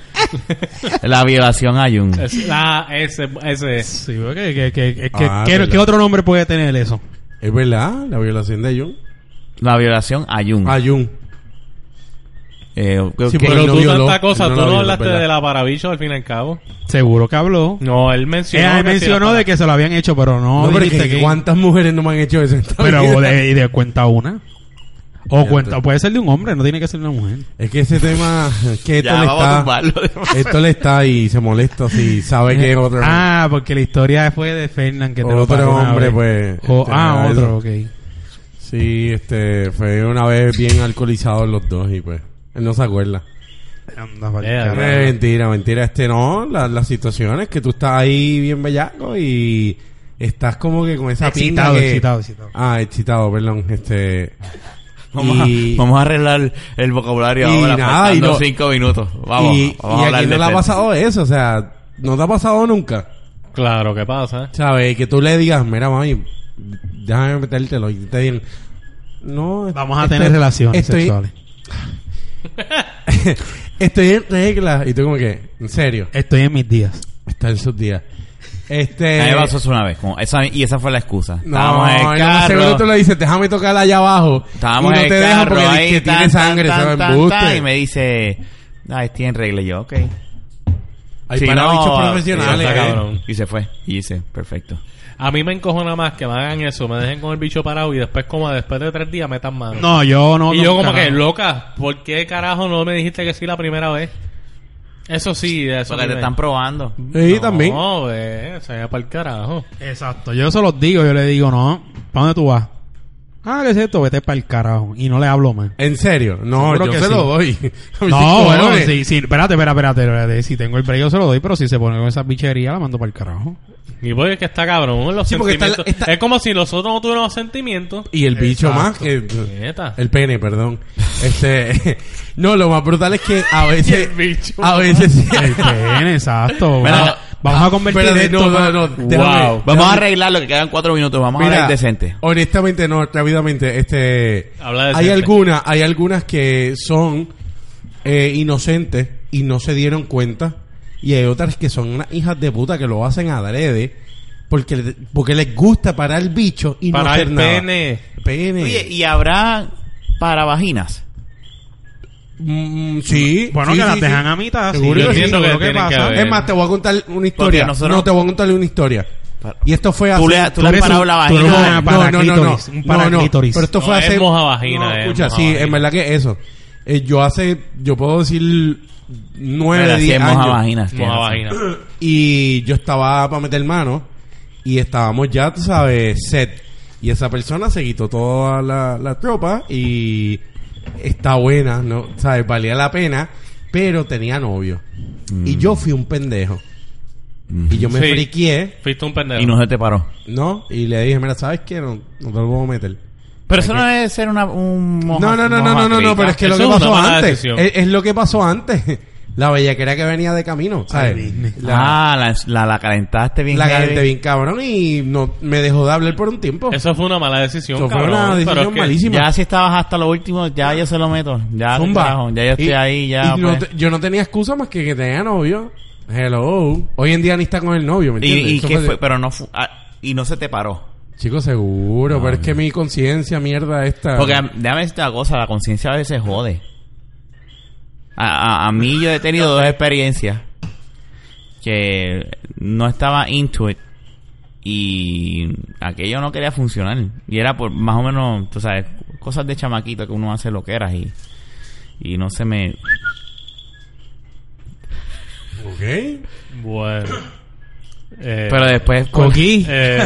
D: la violación a Jung.
C: Eh.
B: Es- ah, ese, ese.
A: Sí, porque que, que, es que-
C: Ah,
A: ¿qué-
C: verdad.
A: ¿qué otro nombre puede tener eso?
C: Es verdad, la violación de Ah, Jung.
D: La violación a Jung.
C: A Jung.
D: Eh,
C: Sí,
D: que-
C: pero
B: Pero
C: no
B: tú
C: violó,
B: tanta cosa,
C: él no
B: tú
C: la
B: no
C: violó,
B: hablaste
C: ¿verdad?
B: de la parabicho al fin y al cabo.
A: Seguro que habló.
B: No, él mencionó.
A: Ella
B: que sí
A: Eh, mencionó
B: la-
A: de que se lo habían hecho, pero no,
C: No, pero
A: dijiste
C: que,
A: que-
C: ¿cuántas mujeres no me han hecho eso? en esta
A: Pero [laughs]
C: vida?
A: de, de cuenta una. O
C: Fíjate.
A: cuenta, puede ser de un hombre, no tiene que ser de una mujer.
C: Es que ese tema, es que esto
D: ya
C: le
D: vamos a
C: está...
D: tumbarlo. [laughs]
C: Esto le está y se molesta si sabe que es otro...
A: Ah, porque la historia fue de Fernan que te lo
C: Otro
A: paró una
C: hombre,
A: vez.
C: pues,
A: O-
C: este,
A: ah,
C: eso.
A: otro, ok.
C: Sí, este, fue una vez bien alcoholizados los dos y pues, él no se acuerda.
A: Anda, pa'l
B: Eh,
A: carajo.
C: Eh, mentira, mentira. Este no, la, la situación es que tú estás ahí bien bellaco y estás como que con esa pinta
A: Excitado,
C: que-
A: excitado, excitado.
C: Ah, excitado, perdón. Este.
D: [laughs] Vamos,
C: y,
D: a, vamos a arreglar el vocabulario
C: Y
D: ahora,
C: nada,
D: faltando
C: y no-
D: cinco minutos. Vamos,
C: y,
D: vamos
C: y
D: a
C: a
D: hablar
C: quién
D: de este
C: no le ha
D: sexo.
C: pasado eso, o sea, no te ha pasado nunca.
B: Claro que pasa.
C: ¿Sabes? Que tú le digas, mira, mami, déjame metértelo. Y te digan, no.
A: Vamos a
C: estoy-
A: tener relaciones
C: estoy,
A: sexuales.
C: Estoy en regla. Y tú, como que, en serio,
A: Estoy en mis días.
C: está en sus días.
D: A
C: Este.
D: mí me pasó eso una vez. como esa- y esa fue la excusa.
C: No,
D: Estábamos en el
C: no, seguro
D: carro.
C: tú le dices, déjame tocar allá abajo.
D: Estábamos
C: y no
D: en el
C: te deja
D: carro
C: porque
D: ahí,
C: dices que
D: tan,
C: tiene sangre,
D: tan,
C: ¿sabes?
D: tan,
C: Embuste.
D: tan, y me dice, ah, estoy en regla. Y yo, ok.
C: Hay
D: Si
C: para
D: no,
C: bichos
D: sí,
C: profesionales.
B: está
C: eh.
B: cabrón.
D: Y se fue. Y dice, perfecto.
B: A mí me encojona más que me hagan eso, me dejen con el bicho parado y después, como después de tres días, metan mano.
A: No, yo no.
B: y yo,
A: nunca,
B: como que,
A: no.
B: loca, ¿por qué carajo no me dijiste que sí la primera vez? Eso sí, eso.
D: Porque
B: sí
D: te
B: me-
D: están probando.
C: Sí, también.
B: No, eh, se vaya para el carajo.
A: Exacto, yo se los digo, yo le digo, no, ¿para dónde tú vas? Ah, ¿qué es esto? Vete para el carajo. Y no le hablo más.
C: En serio, no,
A: Seguro
C: yo
A: que
C: se
A: sí.
C: lo doy. A
A: [laughs]
C: mis
A: No,
C: [laughs] cinco
A: bueno,
C: dólares.
A: sí, sí, espérate, espérate, espérate, espérate. Si tengo el break yo se lo doy, pero si se pone con esa bichería la mando para el carajo.
B: Y pues es que está cabrón los
C: Sí, porque está-
B: sentimientos.
C: está-
B: Es como si nosotros no tuviéramos sentimientos.
C: Y el bicho
A: Exacto.
C: más que...
B: Neta.
C: El pene, perdón. Este... [laughs] no, lo más brutal es que a veces... a
D: [laughs]
C: veces...
A: El pene, exacto.
D: Mira,
A: Vamos a- vamos a convertir
C: ah, Espérate,
A: esto.
C: no,
A: pa-
C: no, no, déjame-
D: Wow. Vamos a arreglar lo que quedan cuatro minutos. Vamos a hablar decente.
C: Honestamente, no, rápidamente, este.
B: Habla decente.
C: hay algunas, hay algunas que son eh, inocentes y no se dieron cuenta. Y hay otras que son unas hijas de puta que lo hacen adrede porque, le- porque les gusta parar el bicho y no
B: para
C: hacer
B: el
C: nada.
B: pene.
C: Pene.
D: Oye, ¿y habrá para vaginas?
C: Mm, sí.
A: Bueno,
C: sí,
A: que
C: sí,
A: las
C: sí.
A: dejan a mitad. sí,
C: Seguro
A: yo
C: que sí,
A: entiendo
B: que
A: lo que
B: tienen que
A: pasa.
B: haber.
C: Es más, te voy a contar una historia.
D: nosotros-
C: No, te voy a contar una historia.
D: Para-
C: Y esto fue hace...
D: Tú le, tú le has
A: eres
D: parado
A: un-
D: la
A: tú eres
D: vagina.
A: una- paraclítoris, un paraclítoris.
C: Pero esto
B: No,
C: fue
B: es
C: hace.
B: moja vagina, es
C: escucha,
B: moja
C: sí,
B: vagina.
C: en verdad que eso. Eh, yo hace, yo puedo decir nueve,
D: Mira, sí,
C: diez
D: es moja
C: años.
D: vagina. sí,
B: Moja
D: es-
B: vagina.
C: Y yo estaba para meter mano y estábamos ya, tú sabes, set. Y esa persona se quitó toda la, la tropa y está buena, ¿no? ¿Sabes? Valía la pena, pero tenía novio. Y yo fui un pendejo. Y yo me
B: Mm. Sí.
C: friqué,
B: Fuiste un pendejo.
D: Y no se te paró.
C: ¿no? Y le dije, mira, ¿sabes qué? No, no te lo puedo meter.
D: Pero eso no debe ser una, un
C: No, no, no, no, no, no, no, pero es que lo
B: Eso
C: que
B: es una
C: pasó
B: mala
C: antes.
B: decisión.
C: Es, es lo que pasó antes. La bellaquera que venía de camino, ¿sabes?
A: Disney.
C: la
D: Ah, la, la, la calentaste bien.
C: la
D: heavy.
C: calenté bien cabrón y no me dejó de hablar por un tiempo.
B: Eso fue una mala decisión,
C: Eso fue
B: cabrón.
C: una decisión
B: pero es que-
C: malísima.
D: Ya si estabas hasta lo último, ya yo se lo meto. Ya,
C: Zumba.
D: carajo, ya yo estoy
C: Y-
D: ahí, ya. pues.
C: y no te- yo no tenía excusa más que que tenía novio. Hello. Hoy en día ni está con el novio, ¿me entiendes?
D: Y, y
C: Eso
D: que
C: fue-
D: fue, pero no fu- ah, y no se te paró.
C: Chico, seguro, pero es que mi conciencia, mierda, esta.
D: Porque am- déjame decirte una cosa, la conciencia a veces jode. A, a- a mí yo he tenido dos experiencias que no estaba into it y aquello no quería funcionar. Y era por más o menos, tú sabes, cosas de chamaquito que uno hace lo que era y, y no se me...
C: Ok.
B: Bueno. Eh,
D: Pero [laughs] después...
A: Coquí,
B: eh,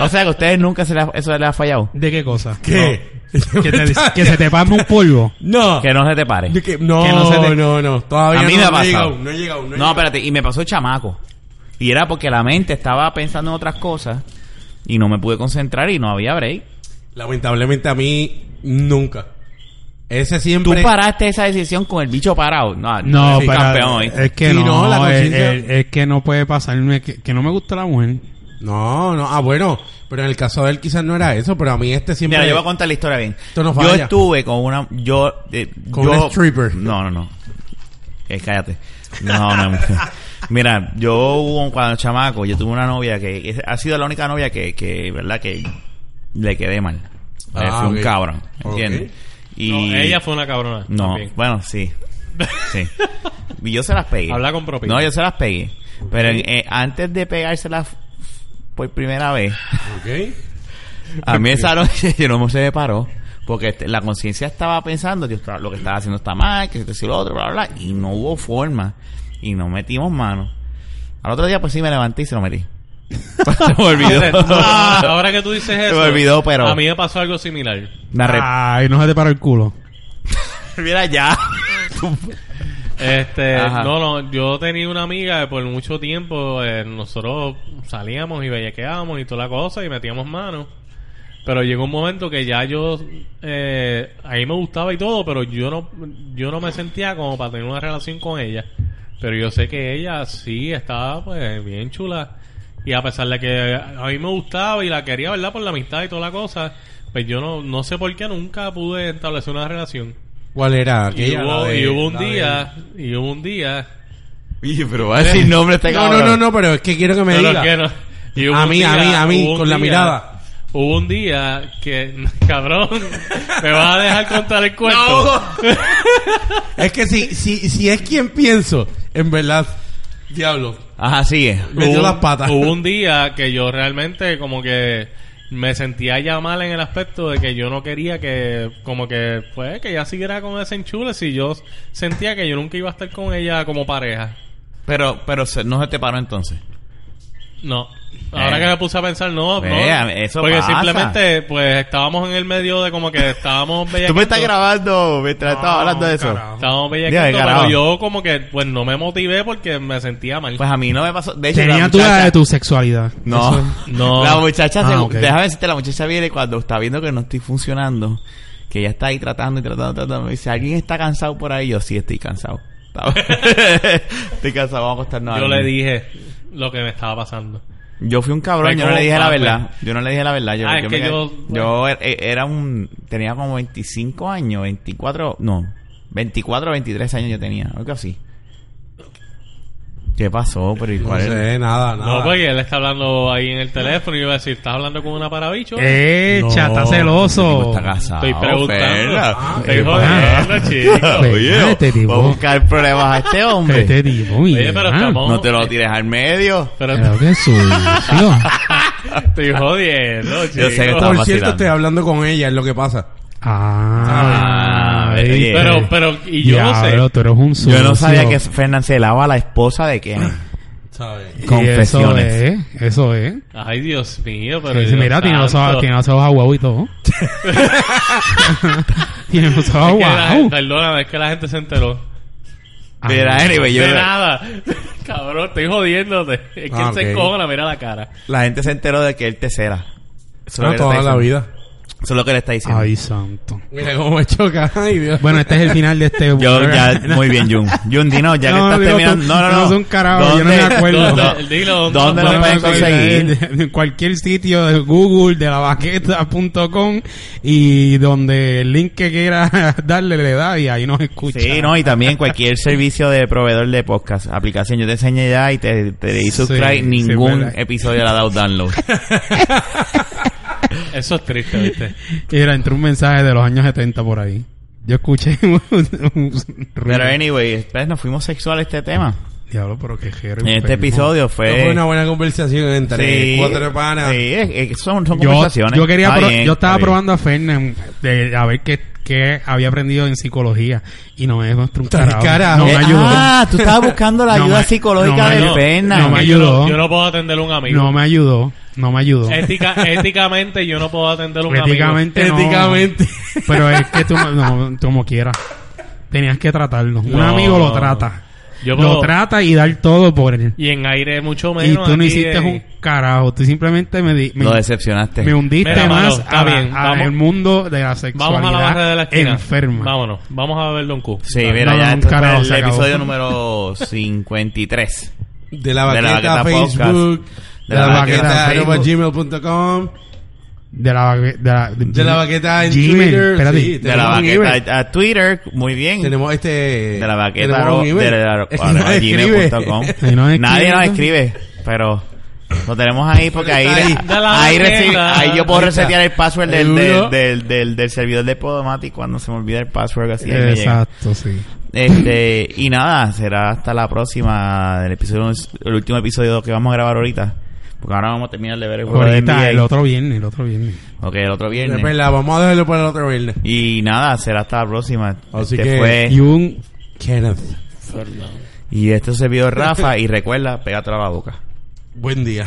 D: O sea que a ustedes nunca se le ha- eso les ha fallado.
A: ¿de qué cosa?
C: ¿Qué?
A: No. Que,
C: [laughs]
A: te- que se te palme un polvo.
D: [laughs]
C: No.
D: Que no se te pare.
C: De que- no,
A: Que no se te-
C: no, no. Todavía
D: A mí
C: no,
D: me ha
C: no he
D: pasado.
C: llegado, no he llegado, no he
D: No,
C: llegado.
D: espérate, y me pasó chamaco. Y era porque la mente estaba pensando en otras cosas y no me pude concentrar y no había break.
C: Lamentablemente a mí nunca. Ese
D: Tú
C: siempre.
D: paraste esa decisión con el bicho parado. No,
A: No,
D: fui
A: pero
D: campeón. ¿oíste?
A: es que
C: Sí,
A: no,
C: no, la
A: es,
C: conciencia-
A: es- es que no puede pasarme que, que no me gusta la mujer.
C: No, no. Ah, bueno. Pero en el caso de él quizás no era eso, pero a mí este siempre.
D: Mira, yo voy a contar la historia bien.
C: Tú no
D: yo
C: fallas.
D: estuve con una... Yo, eh,
C: Con
D: yo-
C: una stripper.
D: No, no, no. Eh, cállate. No, no. [laughs] Mira, yo hubo un- cuando chamaco, yo tuve una novia que es- ha sido la única novia que, que verdad, que le quedé mal. Eh,
C: Ah,
D: fue un
C: ok.
D: cabrón, ¿entiendes?
C: Ok.
D: [laughs] Y
B: no, ella fue una cabrona.
D: No,
B: también.
D: bueno, sí. Sí. Y [laughs] yo se las pegué.
B: Habla con propiedad.
D: No, yo se las pegué. Pero eh, antes de pegárselas por primera vez,
C: Ok.
D: [laughs] a mí esa noche yo no se me paró. Porque este- la conciencia estaba pensando que estaba- lo que estaba haciendo está mal, que esto y lo otro, bla, bla, bla. Y no hubo forma. Y no metimos mano. Al otro día, pues sí me levanté y se lo metí. [laughs] Se me olvidó.
B: [laughs] Ah, ahora que tú dices eso.
D: me olvidó, pero-
B: A mí me pasó algo similar.
D: Me
C: Ah.
D: arrep-
A: Ay, no se te paró el culo.
D: [laughs] Mira
C: [laughs]
D: ya.
B: Este,
D: Ajá.
B: no, no, yo tenía una amiga que por mucho tiempo eh, nosotros salíamos y bellaqueábamos y toda la cosa y metíamos manos. Pero llegó un momento que ya yo, eh, a mí me gustaba y todo, pero yo no, yo no me sentía como para tener una relación con ella. Pero yo sé que ella sí estaba pues bien chula. Y a pesar de que a mí me gustaba y la quería, ¿verdad? Por la amistad y toda la cosa, pues yo no, no sé por qué nunca pude establecer una relación.
C: ¿Cuál era?
B: Y
C: aquella?
B: hubo,
C: La de-
B: y hubo un
C: la de-
B: día, y hubo un día.
D: Oye, pero va a decir nombre este
C: [laughs] No,
D: cabrón.
C: no, no, no, pero es que quiero que me
B: No, no,
C: diga.
B: que no. Y hubo
C: A
B: un
C: mí, a mí, a mí,
B: hubo un
C: con la mirada.
B: Hubo un día que, [laughs] cabrón, me vas a dejar contar el cuento.
C: Es que si, si, si es quien pienso, en verdad, diablo,
D: Ajá, sigue.
C: me dio
B: Hubo-
C: las patas.
B: Hubo un día que yo realmente como que me sentía ya mal en el aspecto de que yo no quería que, como que, pues, que ella siguiera con ese enchule si yo sentía que yo nunca iba a estar con ella como pareja.
D: Pero, pero se- no se te paró entonces.
B: No. Ahora
D: Eh.
B: que me puse a pensar, no, no.
D: Eh, eso
B: porque
D: pasa.
B: simplemente, pues, estábamos en el medio de como que estábamos
D: [laughs] Tú me estás
B: bellaqueando.
D: grabando mientras estabas hablando de eso.
C: carajo.
B: Estábamos
D: Ya,
B: bellaqueando,
D: carajo.
B: pero yo como que, pues, no me motivé porque me sentía mal.
D: Pues a mí no me pasó. De hecho, la
A: Tenía
D: muchacha-
A: dudas de tu sexualidad.
D: No,
A: Eso-
B: No.
D: La muchacha,
A: Ah,
D: se-
A: ok.
D: déjame decirte, la muchacha viene cuando está viendo que no estoy funcionando, que ya está ahí tratando y tratando, tratando. Me dice, ¿alguien está cansado por ahí? Yo sí estoy cansado. [laughs] estoy cansado, vamos a acostarnos. a
B: yo le
D: dormir".
B: dije lo que me estaba pasando.
D: Yo fui un cabrón,
B: Fue
D: yo no le
B: como
D: dije la
B: papel.
D: verdad. Yo no le dije la verdad. Yo,
B: Ah, es
D: yo
B: que
D: me-
B: yo-
D: yo er- eh, era un... Tenía como 25 años, 24... No, 24 o 23 años yo tenía, algo así. ¿Qué pasó? Pero ¿y
C: No
D: cuál es?
C: sé, nada,
D: Ah.
C: nada.
B: No, pues, porque él está hablando ahí en el teléfono y yo iba a decir, ¿estás hablando con una parabicho?
A: Eh, chata está celoso.
D: Está casado.
B: Estoy preguntando.
D: Ferra.
B: Estoy
D: Ah, Eh, ah.
B: jodiendo,
C: Ah,
B: chico.
A: Ferra, este tipo.
D: Vamos a buscar pruebas a este hombre.
A: Este tipo, mira.
B: pero estamos-
D: No te lo tires al medio.
B: Pero
D: [laughs]
A: Pero qué sucio.
B: estoy jodiendo, chico.
D: Yo sé que está- Estaba
C: Por cierto,
D: vacilando.
C: estoy hablando con ella, es lo que pasa.
A: Ah,
D: Ah,
A: ¿viste?
D: oye.
B: Pero, pero, y yo no sé.
A: Diablo, tú eres un sucio.
D: Yo no sabía que Fernan se lava a la esposa de quién.
C: ¿Sabes?
A: Y
D: Confesiones.
A: Eso es, eso es.
B: Ay, Dios mío, pero.
A: Pero dice,
B: Dios
A: mira, tiene los,
B: santo.
A: ojos, tiene los ojos aguados y
D: [laughs]
A: todo. tiene los ojos
B: Es que la
A: aguados.
B: gente- Perdóname, es que la gente se enteró.
C: Ah,
A: Ay,
D: Mira,
C: Pues
D: anyway, yo-
B: de nada. [laughs] Cabrón, estoy jodiéndote. Es que
C: Ah,
B: él se
C: ok.
B: encojona, mira la cara.
D: La gente se enteró de que él te cera. Eso es lo que
C: No,
D: le
C: Ah,
D: está
C: toda la
D: diciendo.
C: vida.
D: Eso es lo que le está diciendo.
A: Ay, santo.
C: Mira cómo me choca. Ay, Dios.
A: Bueno, este es el final de este...
D: [laughs] Yo
A: [laughs]
D: ya, muy bien, Jun. Jun, dinos, ya que
A: No,
D: estás
A: digo,
D: terminando.
A: tú-
D: No, no,
A: tú
D: no.
A: no sos un carajo, yo no me
D: ¿Dónde-
A: acuerdo.
D: dónde-
B: Dilo, ¿dónde
D: ¿Dónde
B: nos
D: nos pueden
B: pueden
D: conseguir?
A: En cualquier sitio de Google, de la baqueta.com y donde el link que quiera [laughs] darle le da y ahí nos escucha.
D: Sí, no, y también cualquier servicio de proveedor de podcast, aplicación. Yo te enseñé ya y te, te di
A: Sí,
D: subscribe.
A: sí,
D: Ningún
A: verdad.
D: episodio le ha dado
A: [laughs]
D: download.
B: Eso es triste, ¿viste?
A: Y era, entró un mensaje de los años 70 por ahí. Yo escuché [laughs] un, un ruido.
D: Pero anyway, después nos fuimos sexual este tema.
A: Diablo, pero qué jero,
D: En este
A: enfermo.
D: episodio
C: Fue
D: fue...
C: una buena conversación entre cuatro panas.
D: Sí, es- es- son, son
A: Yo,
D: conversaciones.
A: yo quería
D: Está
A: pro-
D: bien,
A: yo estaba
D: está bien.
A: probando a Fernan de, a ver qué, qué había aprendido en psicología y no me mostró un
C: Tal
A: carajo.
C: carajo.
A: No me
D: Eh,
A: ayudó.
D: Ah, tú estabas buscando la
A: No
D: ayuda
A: me-
D: psicológica
A: no me-
D: de
A: no, [laughs]
D: Fernan.
A: no me
B: Yo
A: ayudó.
B: no- Yo no puedo atender a un amigo.
A: No me ayudó, no me ayudó.
B: Ética, éticamente yo no puedo atender a un
A: Éticamente no.
C: Éticamente.
A: Pero es que tú no, no, como quieras. Tenías que tratarlo. Un
B: No.
A: amigo lo trata.
B: amigo. Yo
A: Lo
B: puedo-
A: trata y dar todo por él.
B: Y en aire mucho menos.
A: Y tú no
B: aquí,
A: hiciste
B: eh.
A: un carajo. Tú simplemente me, di- me,
D: Lo decepcionaste.
A: me hundiste
B: Mira, mano,
A: más
B: está
A: a, la-
B: bien,
A: a
B: vamos-
A: el mundo de la sexualidad
B: Vamos a la barra de la esquina.
A: enferma.
B: Vámonos. Vamos a beberle un cu.
D: Sí,
A: No,
D: mira,
A: no,
D: ya
A: no,
D: esto fue
A: carajo,
D: el
A: se acabó.
D: episodio número 53.
C: De la
D: De la
C: baqueta,
D: Baqueta
C: Facebook.
D: Podcast.
C: De la baqueta,
A: Facebook.
C: arroba gmail.com.
A: De la, de la,
C: De la baqueta en
A: Gmail,
C: Twitter.
A: espérate.
C: sí,
D: De la
C: tenemos un email.
D: baqueta a, a Twitter, muy bien.
C: Tenemos este...
D: de la baqueta
C: tenemos
D: arro-
C: un email.
D: de la-
C: Es que
D: arroba
C: nadie escribe. [laughs]
D: gmail.com.
A: Si no escribe,
D: Nadie nos
A: entonces-
D: escribe, pero lo tenemos ahí porque ahí,
C: Está ahí.
B: De la
D: ahí, reci-
B: baqueta.
D: ahí yo puedo
C: Ahí está.
D: resetear el password del,
C: Seguro.
D: del, del, del- del servidor de Podomatic cuando se me olvida el password así. ahí me llega.
A: Exacto, sí.
D: Este, y nada, será hasta la próxima del episodio, el último episodio que vamos a grabar ahorita. Porque ahora vamos a terminar de ver el juego de
A: Ahorita,
D: NBA.
A: el otro viernes, el otro viernes.
D: Ok, el otro viernes.
C: Espera, pues, vamos a dejarlo para el otro viernes.
D: Y nada, será hasta la próxima.
C: Así
D: Este
C: que-
D: fue-
A: Y un...
C: Kenneth.
D: Y este servidor Rafa. Y recuerda, pégatela a la boca.
C: Buen día.